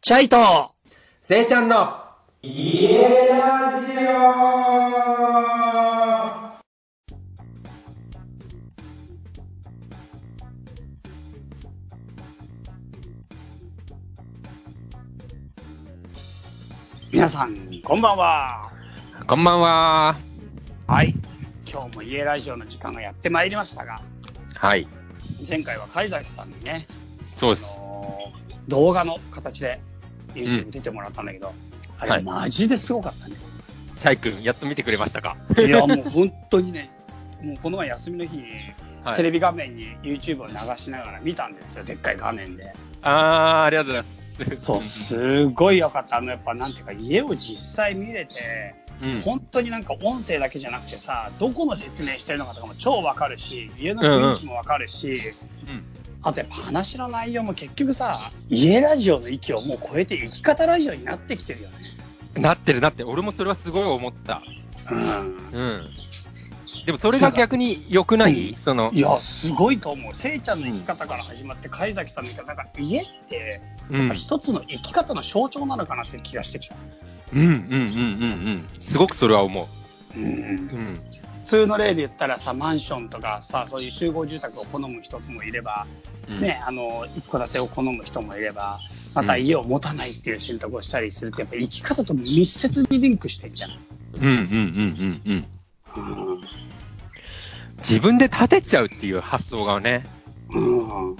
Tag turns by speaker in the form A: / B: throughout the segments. A: シャイト
B: せいちゃんの家ラジオ
C: 皆さん、こんばんは。
B: こんばんは。
C: はい。今日も家ラジオの時間がやってまいりましたが、
B: はい。
C: 前回は海崎さんにね、
B: そうで
C: あ
B: す。
C: のー動画の形で
B: う
C: YouTube
B: ん
C: 出てもらったんだけど、あ
B: は
C: れ
B: い
C: マジですごかったね。
B: チャイ君、やっと見てくれましたか
C: い、や、もう本当にね、もうこの前休みの日に、
B: はい
C: テレビ画面に YouTube を流しながら見たんですよ、でっかい画面で。
B: あー、ありがとうございます。
C: そう、すごい良かった。あの、やっぱなんていうか、家を実際見れて、
B: うん。
C: 本当になんか音声だけじゃなくてさ、どこの説明してるのかとかも超わかるし、家の雰囲気もわかるし、
B: うん
C: あとやっぱ話の内容も結局さ、家ラジオの域をもう超えて生き方ラジオになってきてるよね。
B: なってるなってる、俺もそれはすごい思った。
C: う
B: うん。でもそれが逆に良くないその
C: ん。い、や、すごいと思う。せいちゃんの生き方から始まって、貝崎さんの生き方、なんか家って、
B: うん。う
C: やっ
B: ん
C: ぱ、一つの生き方の象徴なのかなって気がしてきた。
B: うん、うん、うん、うん。すごくそれは思
C: う。
B: う。うんん。
C: 普通の例で言ったらさ、マンションとかさ、そういう集合住宅を好む人もいれば、
B: うん、
C: ね、あの一戸建てを好む人もいれば、また家を持たないっていう選択をしたりすると、やっぱ生き方と密接にリンクしてるじゃん。
B: うん、うん、うん、うん、うん。自分で建てちゃうっていう発想がね、
C: うん、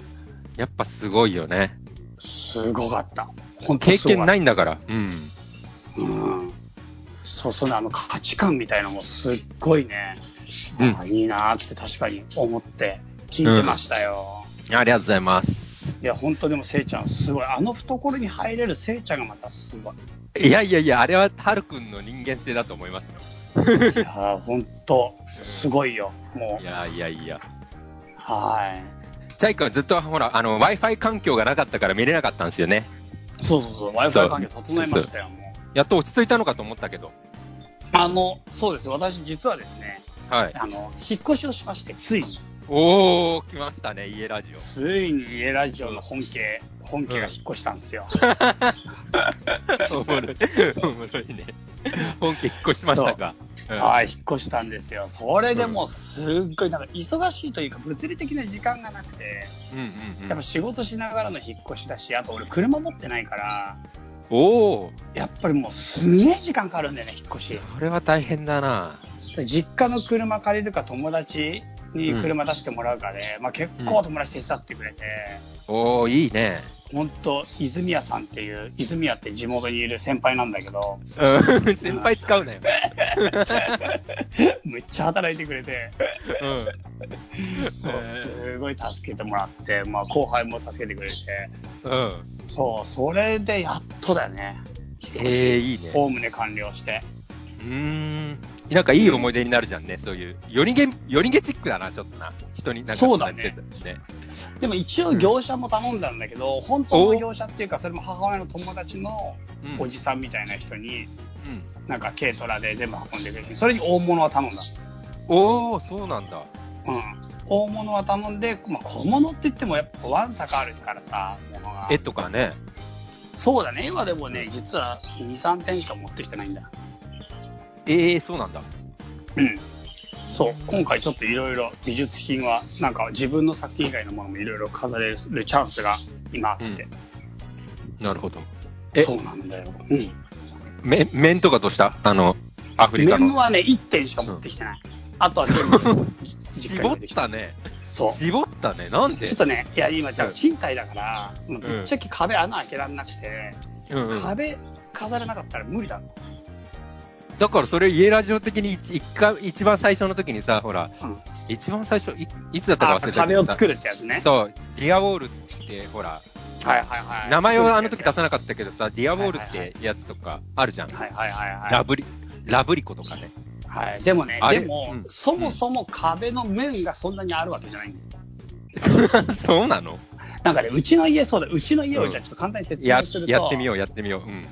B: やっぱすごいよね。
C: すごかった。本当
B: 経
C: にすご
B: 験
C: かった
B: ないんだから。うん。
C: うん、そうそうね、あの価値観みたいのもすっごいね、
B: うん
C: あいいなって確かに思って聞いてましたよ。
B: ありがとうございます。
C: いや、本当でもせいちゃんすごい。あの懐に入れるせいちゃんがまたすごい。
B: いやいやいや、あれはハルくんの人間性だと思いますよ。
C: いやー、本当すごいよ。も、
B: いうやいやいや。
C: はい。
B: チャイ君はずっとほら、あの、Wi-Fi 環境がなかったから見れなかったんですよね。
C: そうそうそう、Wi-Fi 環境整えましたよ、もう。
B: やっと落ち着いたのかと思ったけど。
C: あの、そうです、私、実はですね、
B: はい。
C: あの、引っ越しをしまして、ついに、
B: おー、来ましたね、家ラジオ。
C: ついに家ラジオの本家、本家が引っ越したんですよ。
B: おもろい。おもろいね。本家引っ越しましたか。うん
C: はい、引っ越したんですよ。それでもう、すっごい、なんか、忙しいというか、物理的な時間がなくて、
B: うんうん
C: や
B: う
C: っ
B: ん
C: ぱ。仕事しながらの引っ越しだし、あと俺、車持ってないから、
B: おー、
C: やっぱりもう、すげえ時間かかるんだよね、引っ越し。
B: これは大変だな。
C: で実家の車借りるか、友達に車出してもらうかで、まあ、結構友達手伝ってくれて、
B: おー、いいね。
C: 本当泉谷さんっていう泉谷って地元にいる先輩なんだけど
B: うん、先輩使うなよ。
C: むっちゃ働いてくれて
B: うん。
C: そうすごい助けてもらって、まあ、後輩も助けてくれて
B: うん。
C: そうそれでやっとだよね
B: えー、いいね。
C: ホームで完了して
B: うーん。なんかいい思い出になるじゃんね、そういう。よりげ、よりげチックだな、ちょっとな。人になんか
C: そうだね
B: なってて
C: でも一応業者も頼んだんだけど、本当の業者っていうかそれも母親の友達の
B: うん。
C: おじさんみたいな人に
B: うん。
C: なんか軽トラで全部運んでくれてそれに大物は頼んだ
B: おー、そうなんだ。
C: うん大物は頼んで、まあ、小物って言ってもやっぱわんさかあるからさものが
B: 絵とかね。
C: そうだね絵はでもね実は23点しか持ってきてないんだ
B: えー、そうなんだ。
C: うんそう今回ちょっといろいろ美術品はなんか自分の作品以外のものもいろいろ飾れるチャンスが今あって、
B: うんなるほど。え
C: そうなんだよ、うん、
B: め、面とかどうしたあの、アフリカ
C: 面
B: の。
C: はね1点しか持ってきてない、あとは全 部実家
B: 絞
C: に
B: っ
C: 持き
B: たね。
C: そうち
B: 絞ったね。なんで
C: ょっとねいや今じゃあ
B: うん
C: 賃貸だから、もうぶっちゃけ壁穴開けられなくて、
B: うんうん、
C: 壁飾れなかったら無理だ
B: だからそれ、家ラジオ的に一一回、一番最初の時にさ、ほら、
C: うん
B: 一番最初、いいつだったか
C: あ
B: 忘れた
C: 壁を作
B: る。
C: るってやつね。
B: そう、ディアウォールって、ほら、
C: はいはいはい。
B: 名前をあの時出
C: さ
B: さなかったけどさ、ディアウォールってやつとかあるじゃん。
C: はいはいはい
B: ラ
C: は
B: ブリ、ラブリコとか ね。
C: い。はい、でもね
B: あ、れ
C: でも、
B: うん
C: そもそも壁の面がそんなにあるわけじゃないんだよ。
B: そうなの
C: なんかね、うちの家、そうだ、うちの家をじゃあちょっと簡単に説
B: や
C: 明すると、
B: やってみよ
C: う。
B: う、やってみよう。うん。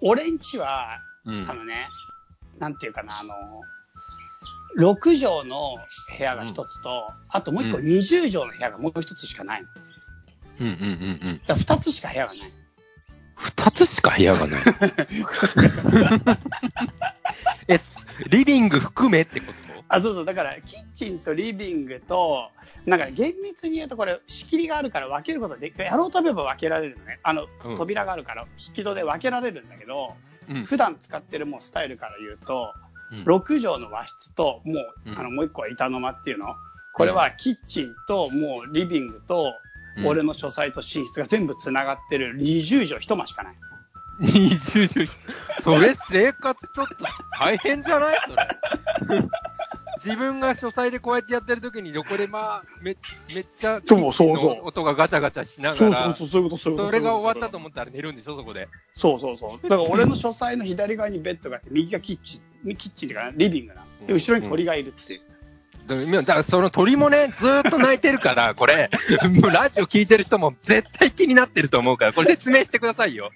C: 俺んちは、
B: うん
C: あ。のね、なんていうかな、あの、6畳の部屋が一つと、あともう一個
B: うん
C: 20畳の部屋がもう一つしかないの。だ
B: うんうんうんうん。
C: から二つしか部屋がない。
B: 二つしか部屋がない。 え、リビング含めってこと
C: あ、そうそう、だからキッチンとリビングと、なんか厳密に言うとこれ仕切りがあるから分けることで、やろうと思えば分けられるのね。あの、
B: うん
C: 扉があるから引き戸で分けられるんだけど、
B: うん
C: 普段使ってるもうスタイルから言うと、
B: うん
C: 6畳の和室と、もう、
B: うん
C: あの、もう一個は板の間っていうの。これはキッチンと、もうリビングと、俺の書斎と寝室が全部繋がってる20畳一間しかない。
B: 20畳。それ生活ちょっと大変じゃないそれ。自分が書斎でこうやってやってる時に横でまあ、めめっちゃ、
C: そうそうそう
B: 音がガチャガチャしな
C: そ
B: が
C: うそうそ
B: ら、
C: う、そういうこと、そういうこと。
B: それが終わったと思ったら寝るんでしょ、そこで。
C: そうそうそう。だから俺の書斎の左側にベッドがあって、右がキッチン、キッチンっていうかな、リビングなの。で、後ろに鳥がいるっていう。
B: だからだからその鳥もね、ずーっと鳴いてるから、これ、もうラジオ聞いてる人も絶対気になってると思うから、これ説明してくださいよ。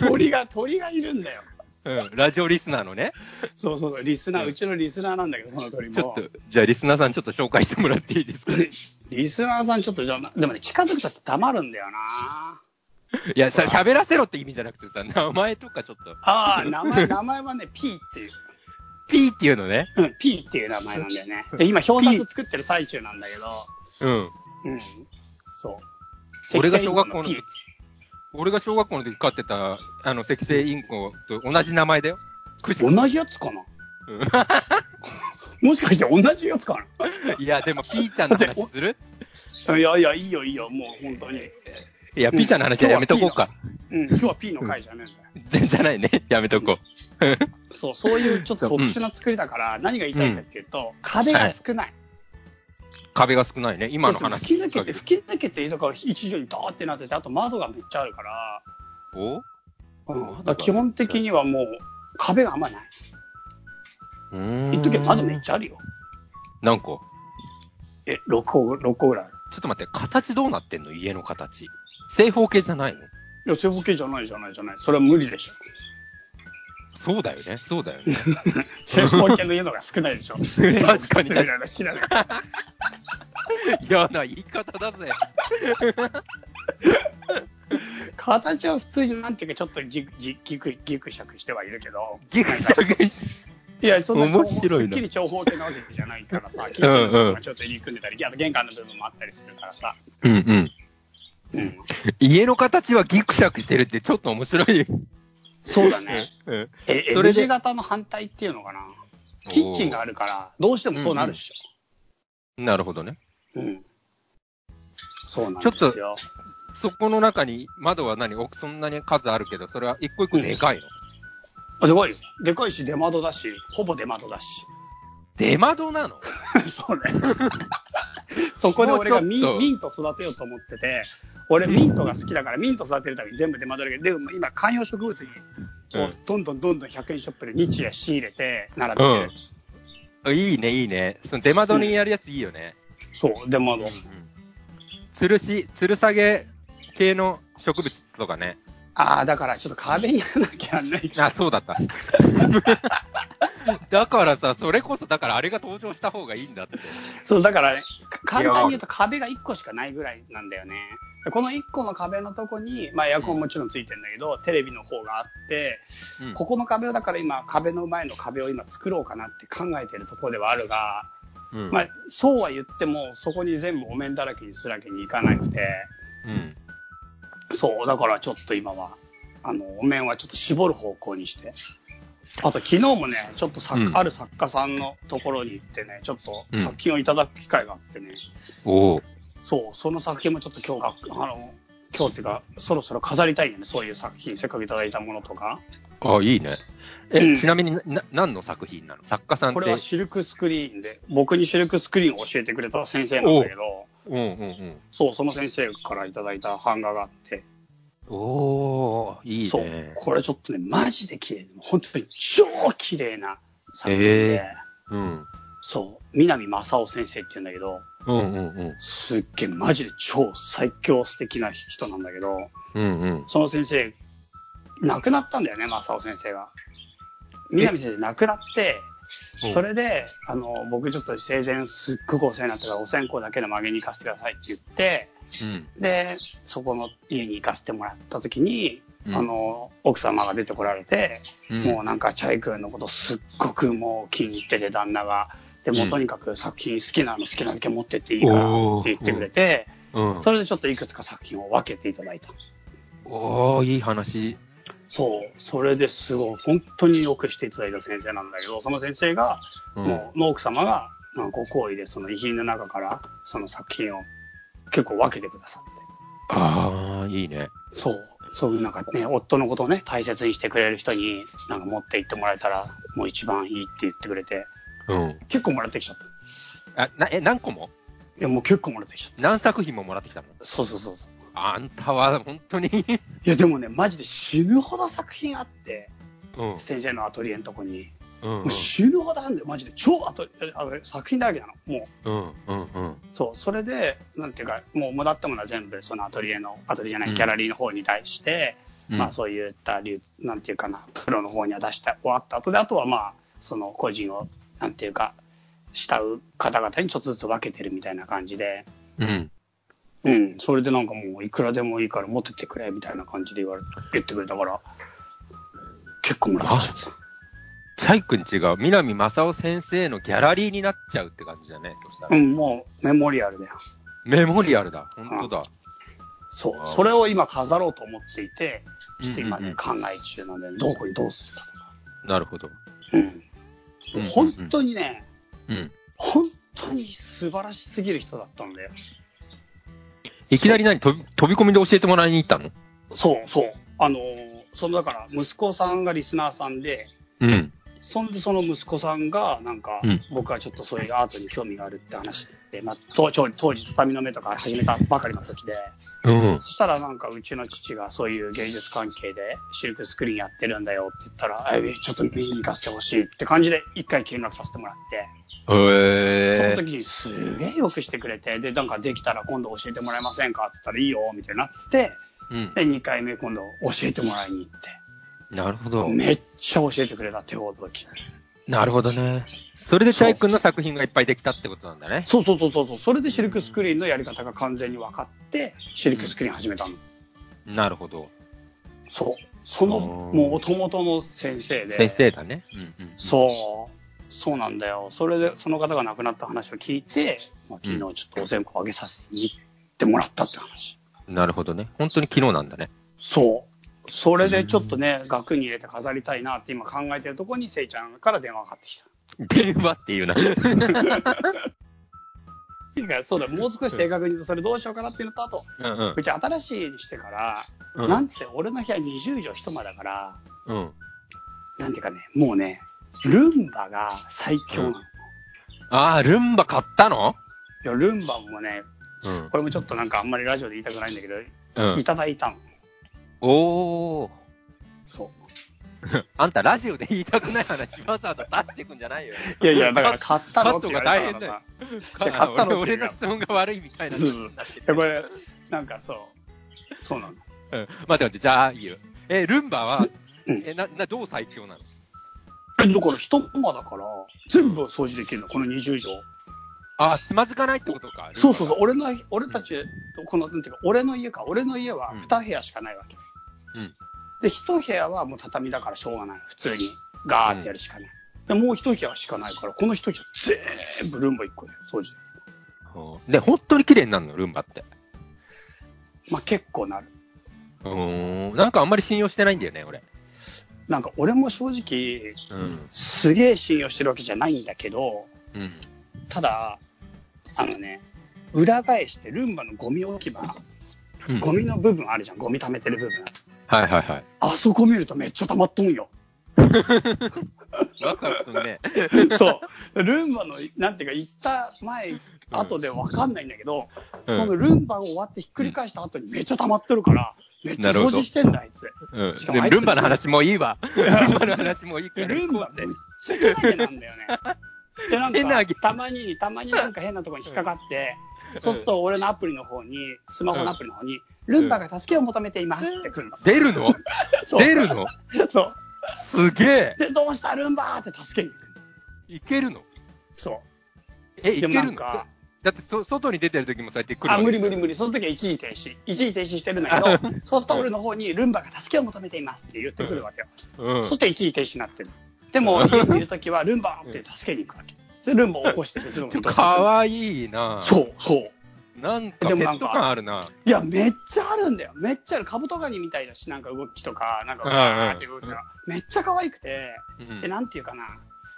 C: 鳥が、鳥がいるんだよ。
B: うん、ラジオリスナーのね。
C: そうそうそう、リスナー、うちのリスナーなんだけど、この鳥も。
B: ちょっと、じゃあリスナーさんちょっと紹介してもらってい いですかい
C: リスナーさんちょっとじゃあな、でもね、近づくと黙るんだよな。
B: や、しゃ喋らせろって意味じゃなくてさ、名前とかちょっと、
C: ああ、名前、名前はね、P っていう。
B: P っていうのね。
C: うん、P っていう名前なんだよね。で、今、表札作ってる最中なんだけど、
B: うん。
C: うん。そう。
B: 俺が小学校の
C: 赤星インコ P
B: 俺が小学校の時飼ってた、あの、赤星インコと同じ名前だよ。くしくも
C: 同じやつかな もしかして同じやつか
B: いや、でも、ピーちゃんの話 する
C: ないやいや、いいよいいよ、もう本当に。
B: いや、ピーちゃんの話はやめとこ うか。
C: うん、今日は P の回じゃねえんだよ。
B: じゃないね。やめとこう。
C: そう、そういうちょっと特殊な作りだから、何が言いたいかっていうと、壁が少ない。
B: 壁が少ないね。今の話。
C: 吹き抜けて、吹き抜けて、だから一畳にダーってなってて、あと窓がめっちゃあるから、
B: お
C: うん、だから基本的にはもう壁があんまない。
B: うーん
C: 一時は窓めっちゃあるよ。
B: 何個
C: え、6個、六個ぐらい。
B: ちょっと待って、形どうなってんの家の形。正方形じゃないの
C: いや、正方形じゃないじゃないじゃない。それは無理でしょ。
B: そうだよね。そうだよね。
C: 正方形の家のが少ないでしょ。
B: 確かに
C: 全部作ってるような知らない。
B: 嫌な言い方だぜ。
C: 形は普通になんていうか、ちょっとじじぎくぎくしゃくしてはいるけど。
B: ギクシャクし
C: いや、そんな長
B: 面白い
C: すっ
B: な
C: きり長方形なわけじゃないからさ、キッチンの部分がちょっと入り組んでたり、あと玄関の部分もあったりするからさ。
B: うんうん。
C: うん。
B: 家の形はギクシャクしてるってちょっと面白い。
C: そうだね。
B: うん。
C: え、
B: それ
C: L
B: で
C: 字型の反対っていうのかな。キッチンがあるから、どうしてもそうなるっし
B: なるほどね。
C: ょ。うん。そうなんです
B: ちょっ
C: よ。
B: そこの中に窓は何奥そんなに数あるけど、それは一個一個でかいの。
C: あでかいよ。でかいし、出窓だし、ほぼ出窓だし。
B: 出窓なの
C: そうね。そこで俺がミ
B: もうちょっ
C: ン
B: と
C: ミント育てようと思ってて、俺ミントが好きだからミント育てるために全部出窓だけど、でも今観葉植物に、こうどんどんどんどん100円ショップで日夜仕入れて、並べてる。
B: うん。いいね、いいね。その出窓にやるやついいよね。
C: そう、出窓。
B: 吊るし、吊る下げ系の植物とかね。
C: ああ、だからちょっと壁にやらなきゃなんない。
B: あ、そうだ った。だからさ、それこそ、だからあれが登場した方がいいんだって。
C: そう、だからね、か簡単に言うと壁が1個しかないぐらいなんだよね。でこの1個の壁のとこに、まあ、エアコンもちろんついてるんだけど、テレビの方があって、
B: うん
C: ここの壁をだから今、壁の前の壁を今作ろうかなって考えてるところではあるが、
B: うん
C: まあ、そうは言っても、そこに全部お面だらけにするわけにいかなくて、
B: うん
C: そう、だからちょっと今は、あの、お面はちょっと絞る方向にして。あと、昨日もね、ちょっと作、
B: うん
C: ある作家さんのところに行ってね、ちょっと
B: うん
C: 作品をいただく機会があってね、
B: おお。
C: そう、その作品もちょっと今日が、あの、今日っていうか、そろそろ飾りたいよね、そういう作品、せっかくいただいたものとか。
B: あ、いいね。え、
C: うん
B: ちなみにな、な何の作品なの作家さんって。
C: これはシルクスクリーンで、僕にシルクスクリーンを教えてくれた先生なんだけど、
B: うんうん
C: そう、その先生からいただいた版画があって、
B: うん。おお、いい
C: そう
B: ね、。
C: これちょっとね、マジで綺麗本当に超綺麗な作品で、
B: へーうん。
C: そう、南正夫先生って言うんだけど、
B: うんうんうん。
C: すっげえマジで超最強素敵な人なんだけど、
B: うんうん。
C: その先生亡くなったんだよね、正雄先生が。南先生亡くなって、
B: お
C: それで、あの、僕ちょっと生前すっごくお世話になったから、お線香だけの曲げに行かせてくださいって言って、
B: うん。
C: で、そこの家に行かせてもらった時に、
B: うん
C: あの、奥様が出てこられて、
B: うん
C: もうなんかチャイ君のことすっごくもう気に入ってて旦那が。でもうとにかく作品好きなの好きなだけ持ってっていいからって言ってくれて、
B: うん。
C: それでちょっといくつか作品を分けていただいた。
B: おー、いい話。
C: そう、それですごい、本当によくしていただいた先生なんだけど、その先生が、
B: うん。
C: もう、の奥様が、まあ、ご好意で、その遺品の中から、その作品を結構分けてくださって。
B: ああ、いいね。
C: そう、そういうなんかね、夫のことをね、大切にしてくれる人に、なんか持って行ってもらえたら、もう一番いいって言ってくれて、
B: うん。
C: 結構もらってきちゃった。い
B: あ、な、え、何個も
C: や、もう結構もらってきちゃっ
B: 何作品ももらってきたの
C: た。そうそうそうそう。
B: あんたは本当にう
C: いや、でもね、マジで死ぬほど作品あって、
B: ん。
C: 先生のアトリエのとこに。
B: うん
C: もう死ぬほどあるんだよ、マジで。超アトリエ、あの作品だらけなの。もう。
B: うん。うん。うん。
C: そう、それで、なんていうか、もうもらったものは全部、そのアトリエの、アトリエじゃな
B: う
C: い、
B: ん
C: ギャラリーの方に対して、
B: うん
C: まあそういった流、なんていうかな、プロの方には出して終わった後で、あとはまあ、その個人を、なんていうか、慕う方々にちょっとずつ分けてるみたいな感じで、
B: うん。
C: うん、それでなんかもう、いくらでもいいから持ってってくれ、みたいな感じで言われ、言ってくれたから、結構もらっちゃった。
B: チャイ君違う。南正夫先生のギャラリーになっちゃうって感じだね。そした
C: う
B: ら。
C: ん、もう、メモリアルだよ。
B: メモリアルだ。本当だ。
C: そ
B: あー
C: う、それを今飾ろうと思っていて、ちょっと今
B: うんうん
C: ね、
B: うん
C: 考え中なんで、どこにどうするか。
B: なるほど。
C: うん
B: うんうんうん
C: 本当にね、
B: うん。
C: 本当に素晴らしすぎる人だったんだよ。
B: いきなり何飛び飛び込みで教えてもらいに行ったの
C: そうそう。あのーそのだから、息子さんがリスナーさんで、
B: うん。
C: そんでその息子さんが、なんか、
B: うん
C: 僕はちょっとそういうアートに興味があるって話で、まあ、当当当時、畳の目とか始めたばかりの時で、
B: うん。
C: そしたらなんか、うちの父がそういう芸術関係で、シルクスクリーンやってるんだよって言ったら、えちょっと見に行かせてほしいって感じで、一回見学させてもらって、その
B: へえ。
C: 時にすげえよくしてくれて、で、なんかできたら今度教えてもらえませんかって言ったらいいよ、みたいになって、
B: うん。
C: で、2回目今度教えてもらいに行って、
B: なるほど。
C: めっちゃ教えてくれた手ほどき。
B: なるほどね。それでチャイ君の作品がいっぱいできたってことなんだね。
C: そうそうそうそうそう、それでシルクスクリーンのやり方が完全に分かって、シルクスクリーン始めたの。
B: なるほど。
C: そう。その、
B: うん
C: もう元々の先生で。
B: 先生だね。うんうん。
C: そう。そうなんだよ。それで、その方が亡くなった話を聞いて、まあ、昨日ちょっとお線香あげさせて行ってもらったって話。
B: なるほどね。本当に昨日なんだね。
C: そう。それでちょっとね、額に入れて飾りたいなって今考えてるとこに、せいちゃんから電話がかかってきた。
B: 電話っていうな。
C: っていうか、そうだ、もう少し正確に言うと、それどうしようかなっていうのと、あと、
B: うん
C: うち新しい家にしてから、
B: うん。
C: なんつって、俺の部屋20畳一間だから、
B: うん。
C: なんていうかね、もうね、ルンバが最強なの。
B: う
C: い
B: ああ、ルンバ買ったの
C: や、ルンバもね、
B: うん。
C: これもちょっとなんかあんまりラジオで言いたくないんだけど、
B: うん
C: い。ただいたの。
B: おー。
C: そう。
B: あんたラジオで言いたくない話わざわざ出してくんじゃないよ。
C: いやいや、だから買ったの
B: カッ
C: って
B: ト
C: 言わ
B: が
C: れたから
B: 大変だよ
C: さ。いや買ったの
B: 俺俺の質問が悪いみたいな。
C: そうそう いや、これ、なんかそう、そうなの。
B: うん待って待って、じゃあ、いいよ。え、ルンバは、
C: うん
B: え、な、な、どう最強なの
C: えだから一コマだから、全部掃除できるの、この20畳。
B: あ、つまずかないってことか。
C: そうそうそう
B: う。、
C: 俺の、俺たち、この、なんていうか、俺の家か、俺の家は
B: うん
C: 2部屋しかないわけ。
B: うん
C: で、1部屋はもう畳だからしょうがない。普通に、ガーってやるしかない。で、もう1部屋しかないから、この1部屋全部ルンバ1個で掃除。
B: うんで、本当に綺麗になるの、ルンバって。
C: まあ結構なる。
B: うーん。なんかあんまり信用してないんだよね、俺。
C: なんか俺も正直、
B: うん。
C: すげえ信用してるわけじゃないんだけど、
B: うん。
C: ただ、あのね、裏返してルンバのゴミ置き場、
B: うん
C: ゴミの部分あるじゃん、ゴミ溜めてる部分。
B: はいはいは
C: あそこ見るとめっちゃ溜まっとんよ。
B: い。ワクワクするね。
C: そう。ルンバの、なんていうか、行った前、後でわかんないんだけど、
B: うん
C: そのルンバが終わってひっくり返した後にめっちゃ溜まってるから、めっちゃ
B: なるほ
C: 掃
B: ど
C: 除してんだ、あいつ。
B: うん。
C: しか
B: で
C: もあ
B: も
C: いつ
B: ルンバの話もういいわ。ルンバの話もういいから。
C: ルンバめっ
B: 行こ
C: ち ゃ嫌いなんだよね。で、なん
B: 変な
C: か
B: げ、
C: たまに、たまになんか変なところに引っかかって、そうすると俺のアプリの方に、スマホのアプリの方に、ルンバが助けを求めていますって来るの。
B: 出るの
C: そう
B: 出るの
C: そう。
B: すげえ
C: で、どうしたルンバーって助けに行く。
B: いけるの
C: そ
B: え、
C: う。
B: い
C: で
B: け
C: も
B: る
C: な
B: の
C: んか
B: だ、だってそ外に出てる時もそうやって来る
C: あ、無理無
B: 理。
C: 理無理。その時は一時停止。一時停止してるんだけど、そうすると俺の方にルンバが助けを求めていますって言ってくるわけよ。
B: うん。
C: そして一時停止になってる。でも、家にいる時はルンバーって助けに行くわけ。で、ルンバを起こして別の
B: ちょ
C: に
B: かわいいな
C: そう、そう。
B: なんかペ
C: でもなん
B: ッ
C: か
B: ト感あるな。
C: いや、めっちゃあるんだよ。めっちゃある。カブトガニみたいだし、なんか動きとか、なんか、
B: はいはい
C: わーって動きが。めっちゃ可愛くて、
B: うん
C: で、なんていうかな。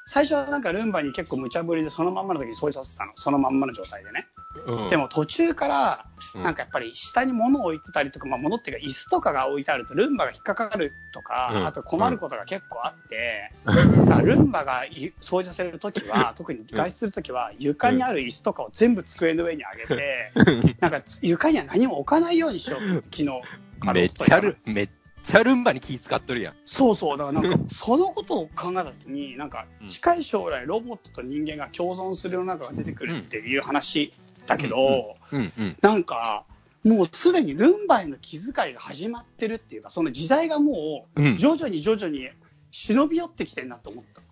C: 最初はなんかルンバに結構無茶ぶりで、そのまんまの時に掃除させてたの。そのまんまの状態でね。
B: うん
C: でも途中から、
B: うん
C: なんかやっぱり下に物を置いてたりとか、まあ物っていうか椅子とかが置いてあると、ルンバが引っかかるとか、
B: うん
C: あと困ることが結構あって、だからルンバがい掃除させる時は、特に外出する時は、床にある椅子とかを全部机の上に上げて、なんか床には何も置かないようにしようって、昨日。
B: めっちゃル、めっちゃルンバに気使っとるやん。
C: そうそう、だからなんか、そのことを考えたときに、なんか
B: うん、
C: 近い将来、ロボットと人間が共存する世の中が出てくるっていう話だけど、
B: うんうん。
C: なんか、もうすでにルンバへの気遣いが始まってるっていうか、その時代がも
B: う
C: う、
B: ん。
C: 徐々に徐々に忍び寄ってきてるなと思った。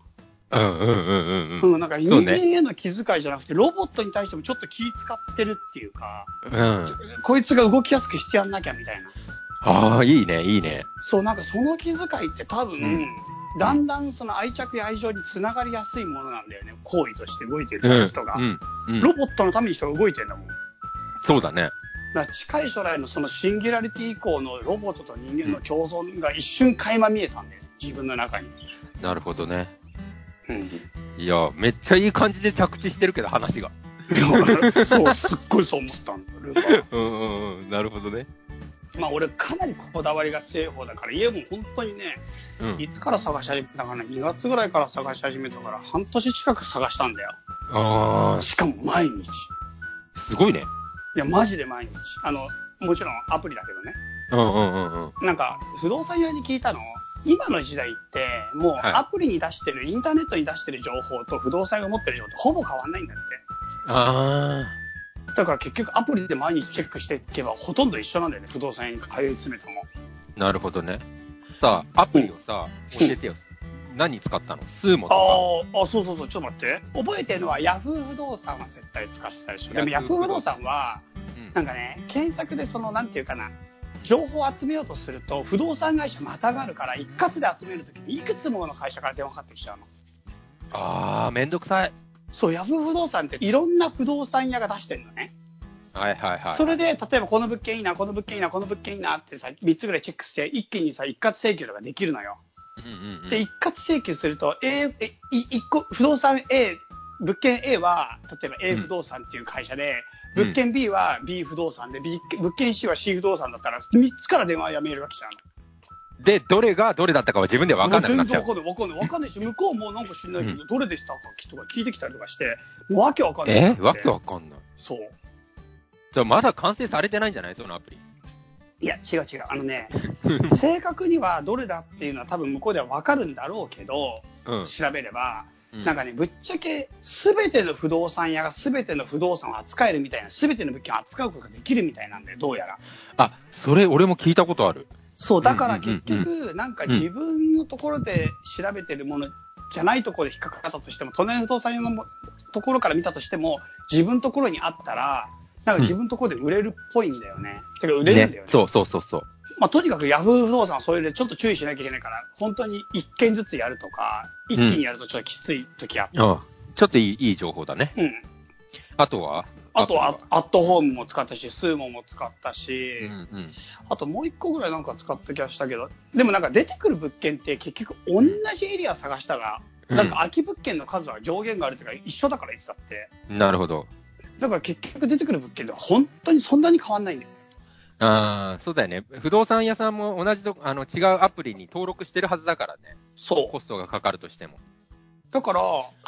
B: うんうんうんうんうん。
C: うん、なんか人
B: そう
C: 間
B: ね
C: への気遣いじゃなくて、ロボットに対してもちょっと気使ってるっていうか、
B: うん。
C: こいつが動きやすくしてやんなきゃみたいな。
B: ああ、いいね、いいね。
C: そう、なんかその気遣いって多分、
B: うん
C: だんだんその愛着や愛情につながりやすいものなんだよね。行為として動いてる
B: うん。
C: 人が。
B: うん。うん
C: ロボットのために人が動いてるんだもん。
B: そうだね。
C: だから近い将来のそのシンギュラリティ以降のロボットと人間の共存が一瞬垣間見えたんだよ、自分の中に。
B: なるほどね。
C: うん、
B: いや、めっちゃいい感じで着地してるけど、話が。
C: そう、すっごいそう思ったんだ、ルーパー
B: うんうんうん。なるほどね。
C: まあ俺、かなりこだわりが強い方だから、家も本当にね、
B: うん。
C: いつから探し始めたかな、2月ぐらいから探し始めたから、半年近く探したんだよ。
B: あ
C: しかも毎日。い
B: あ、すごいね。
C: や、マジで毎日。あの、もちろんアプリだけどね。
B: うんうんうんうん。
C: なんか不動産屋に聞いたの今の時代ってもう
B: はい
C: アプリに出してる、インターネットに出してる情報と不動産が持ってる情報ってほぼ変わんないんだって
B: あ
C: だから結局アプリで毎日チェックしていけばほとんど一緒なんだよね不動産屋に通い詰めても
B: あ、なるほどね。さあ、アプリをさ、
C: うん
B: 教えてよ。何使ったのスーモとか。
C: あーあそうそうそうちょっと待って覚えてるのはヤフー不動産は絶対使ってたでしょでもヤ
B: Yahoo
C: フー不動産は
B: うん
C: なんかね検索でそのなんていうかな情報を集めようとすると不動産会社またがるから一括で集めるときにいくつもの会社から電話かかってきちゃうの
B: ああ、めんどくさい。
C: そう、ヤフー不動産っていろんな不動産屋が出してるのね。
B: はいはいはい。
C: それで、例えばこの物件いいな、この物件いいな、この物件いいなってさ、3つぐらいチェックして、一気にさ、一括請求とかできるのよ。
B: うんうんうん、
C: で、一括請求すると、A、え、い一個、不動産 A、物件 A は、例えば A
B: うん
C: 不動産っていう会社で、
B: うん
C: 物件 B は B 不動産で、B 物件 C は C 不動産だったら、3つから電話やメールが来ちゃうの。
B: で、どれがどれだったかは自分では分かんなくなっちゃう
C: 全。然わかんない、わかんない、わかんないし、向こうもなんか知らないけど、どれでしたかとか聞いてきたりとかして、もうわけわかんない。
B: えわけわかんない。
C: そう。
B: じゃあまだ完成されてないんじゃないそのアプリ。
C: いや、違う違う。あの ね、正確にはどれだっていうのは多分向こうではわかるんだろうけど、
B: うん。
C: 調べれば、
B: うん
C: なんかね、ぶっちゃけ全ての不動産屋が全ての不動産を扱えるみたいな、全ての物件を扱うことができるみたいなんで、どうやら。
B: あ、それ俺も聞いたことある。
C: そう、だか
B: う
C: ら
B: んうんうん
C: 結局、なんか自分のところで調べてるものじゃないところで引っかかったとしても、隣の不動産屋のもところから見たとしても、自分のところにあったら、なんか自分のところで売れるっぽいんだよね。てか売れるんだよね。
B: そうそうそうそう。
C: まあ、とにかくヤフー不動産はそれでちょっと注意しなきゃいけないから、本当に一件ずつやるとか、一気にやるとちょっときつい時あって、
B: ああちょっといいいい情報だね。
C: うん
B: あとは
C: あとは
B: アプ
C: アットホームも使ったし、スーモも使ったし、
B: リはうんうん。
C: あともう一個ぐらいなんか使った気がしたけど、でもなんか出てくる物件って結局同じエリア探したら、
B: うん
C: なんか空き物件の数は上限があるというか一緒だからいつだって。
B: なるほど。
C: だから結局出てくる物件では本当にそんなに変わんないんだよ。
B: ああ、そうだよね。不動産屋さんも同じと、あの、違うアプリに登録してるはずだからね。
C: そう。
B: コストがかかるとしても。
C: だから、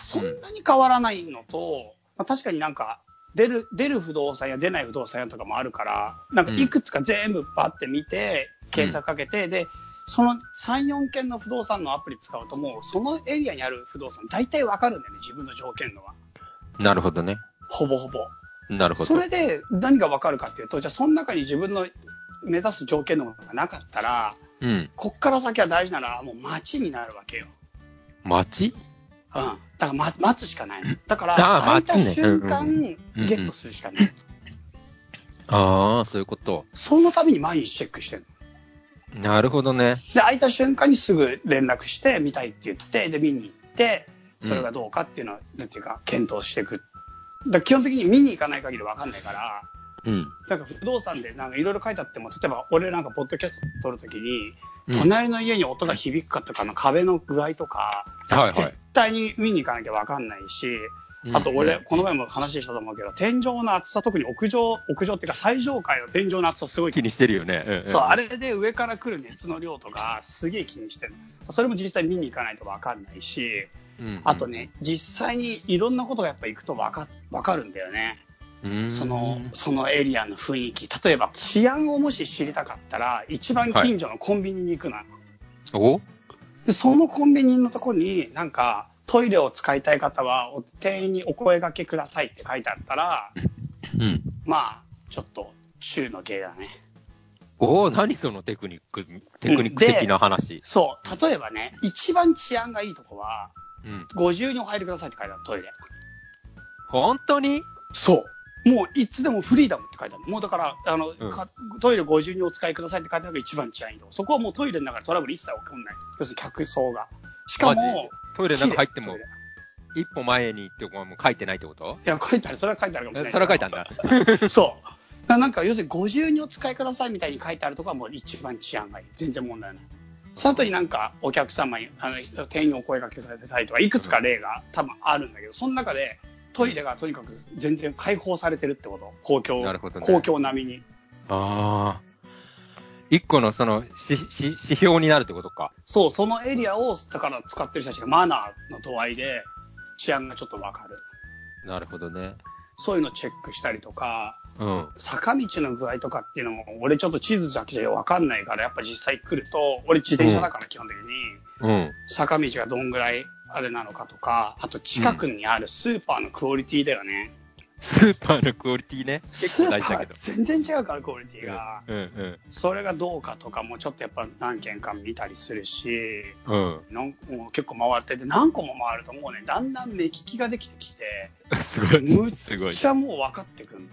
C: そんなに変わらないのと、まあ、確かになんか、出る、出る不動産や出ない不動産やとかもあるから、なんかいくつか全部バって見て、検索かけて、で、その3、4件の不動産のアプリ使うと、もうそのエリアにある不動産、大体わかるんだよね、自分の条件のは。
B: なるほどね。
C: ほぼほぼ。
B: なるほど。
C: それで何が分かるかっていうと、じゃあその中に自分の目指す条件のものがなかったら、
B: うん。
C: こっから先は大事なら、もう待ちになるわけよ。うん。
B: 町
C: だから、ま、待つしかない。 だから、
B: あー
C: 空いた
B: 待つね
C: 瞬間、
B: うんうん
C: ゲットするしかない。
B: ああ、そういうこと。
C: そのために毎日チェックしてるの。
B: なるほどね。
C: で、空いた瞬間にすぐ連絡して、見たいって言って、で、見に行って、それがどうかっていうのは、なんていうか、検討していく。だから基本的に見に行かない限り分かんないから、
B: うん。
C: なんか不動産でなんかいろいろ書いてあっても、例えば俺なんかポッドキャスト撮るときに、
B: うん、
C: 隣の家に音が響くかとかの壁の具合とか、
B: はいは
C: 絶
B: い。
C: 対に見に行かなきゃ分かんないし、あと
B: う
C: 俺、
B: ん、
C: この前も話したと思うけど、天井の厚さ、特に屋上、屋上っていうか最上階の天井の厚さすごい気
B: 気
C: に
B: にしてるよね。んん
C: そう、あれで上から来る熱の量とかすげえ気にしてる。それも実際見に行かないと分かんないし、
B: うん
C: あと、ね、実際にいろんなことがやっぱ行くと分か分かるんだよね。
B: うん
C: そのそのエリアの雰囲気、例えば治安をもし知りたかったら、一番近所のコンビニに行くな、
B: お
C: でそのコンビニのとこに、なんかトイレを使いたい方は、お店員にお声掛けくださいって書いてあったら、
B: うん。
C: まあ、ちょっと週の芸だね。
B: おお何そのテクニック、テクニック的な話。
C: そう、例えばね、一番治安がいいとこは、
B: うん。
C: 50にお入りくださいって書いてあるトイレ。
B: 本当に
C: そう。もういつでもフリーダムって書いてあるのもうだからあの、
B: うん
C: かトイレ50にお使いくださいって書いてあるのが一番治安いいとこそこはもうトイレの中でトラブル一切起こんない要するに客層がしか
B: マジ
C: も
B: トイ
C: ト
B: レの中入っても
C: イレ、
B: 一歩前にってもう書いてないってこと
C: いや書いてあるそれは書いてあるかもしれな
B: え
C: い
B: それは書いたんだ。
C: る そうだからなんか要するに50にお使いくださいみたいに書いてあるとこはもう一番治安がいい全然問題ないその後になんかお客様にあの店員にお声掛けさせたいとかいくつか例が多分あるんだけどその中でトイレがとにかく全然開放されてるってこと公共、
B: なるほどね
C: 公共並みに
B: ああ。一個のその、し、し、指標になるってことか。
C: そう、そのエリアを、だから使ってる人たちがマナーの度合いで、治安がちょっとわかる。
B: なるほどね。
C: そういうのチェックしたりとか、
B: うん。
C: 坂道の具合とかっていうのも、俺ちょっと地図だけじゃわかんないから、やっぱ実際来ると、俺自転車だから基本的に、
B: うん。
C: 坂道がどんぐらいあれなのかとか、あと近くにあるスーパーのクオリティだよね。
B: スーパーのクオリティね。
C: ス
B: 結
C: ー
B: 構
C: パ
B: 大事だけ
C: ー
B: ど。
C: 全然違うから、クオリティが。
B: うんうん
C: それがどうかとかもちょっとやっぱ何軒か見たりするし、
B: うん。
C: なんもう結構回ってて、何個も回るともうね、だんだん目利きができてきて、
B: うん。 すごい。
C: むっ
B: すごい。
C: ちゃもう分かってくるの、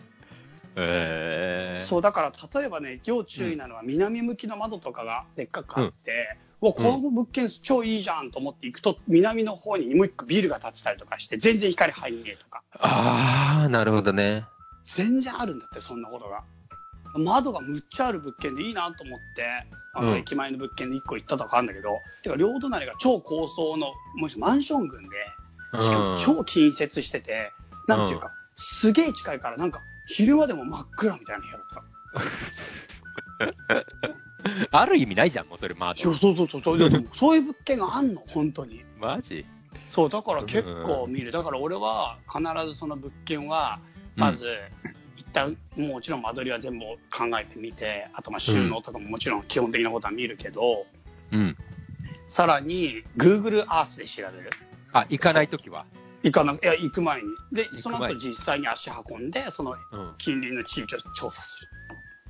B: ええ
C: そうだから例えばね、要注意なのは、南向きの窓とかがでっかくあって、うわこの物件、超いいじゃんと思って行くと、南の方にもう一個ビルが建ってたりとかして、全然光入んねえとか、
B: ああ、なるほどね。
C: 全然あるんだって、そんなことが。窓がむっちゃある物件でいいなと思って、あ
B: う
C: の
B: ん
C: 駅前の物件で1個行ったとかあるんだけど、てか両隣が超高層の、もしマンション群で。
B: うん
C: しかも超近接してて、なんていうか、すげえ近いから、なんか昼間でも真っ暗みたいな部屋だった。
B: ある意味ないじゃん、もうそれ、マー
C: いや
B: ト。
C: そうそうそうそう、で もそういう物件があんの、本当に。
B: マジ
C: そう、だから結構見る。だから俺は必ずその物件は、まず、一旦、もちろん間取りは全部考えてみて、あとまあ収納とかももちろん基本的なことは見るけど、
B: うん。
C: さらに Google Earth で調べる。
B: あ、行かないときは。
C: 行かな、いや、行く前に。で、
B: く
C: その後
B: 前
C: 実際に足運んで、その
B: うん。
C: 近隣の地域を調査する。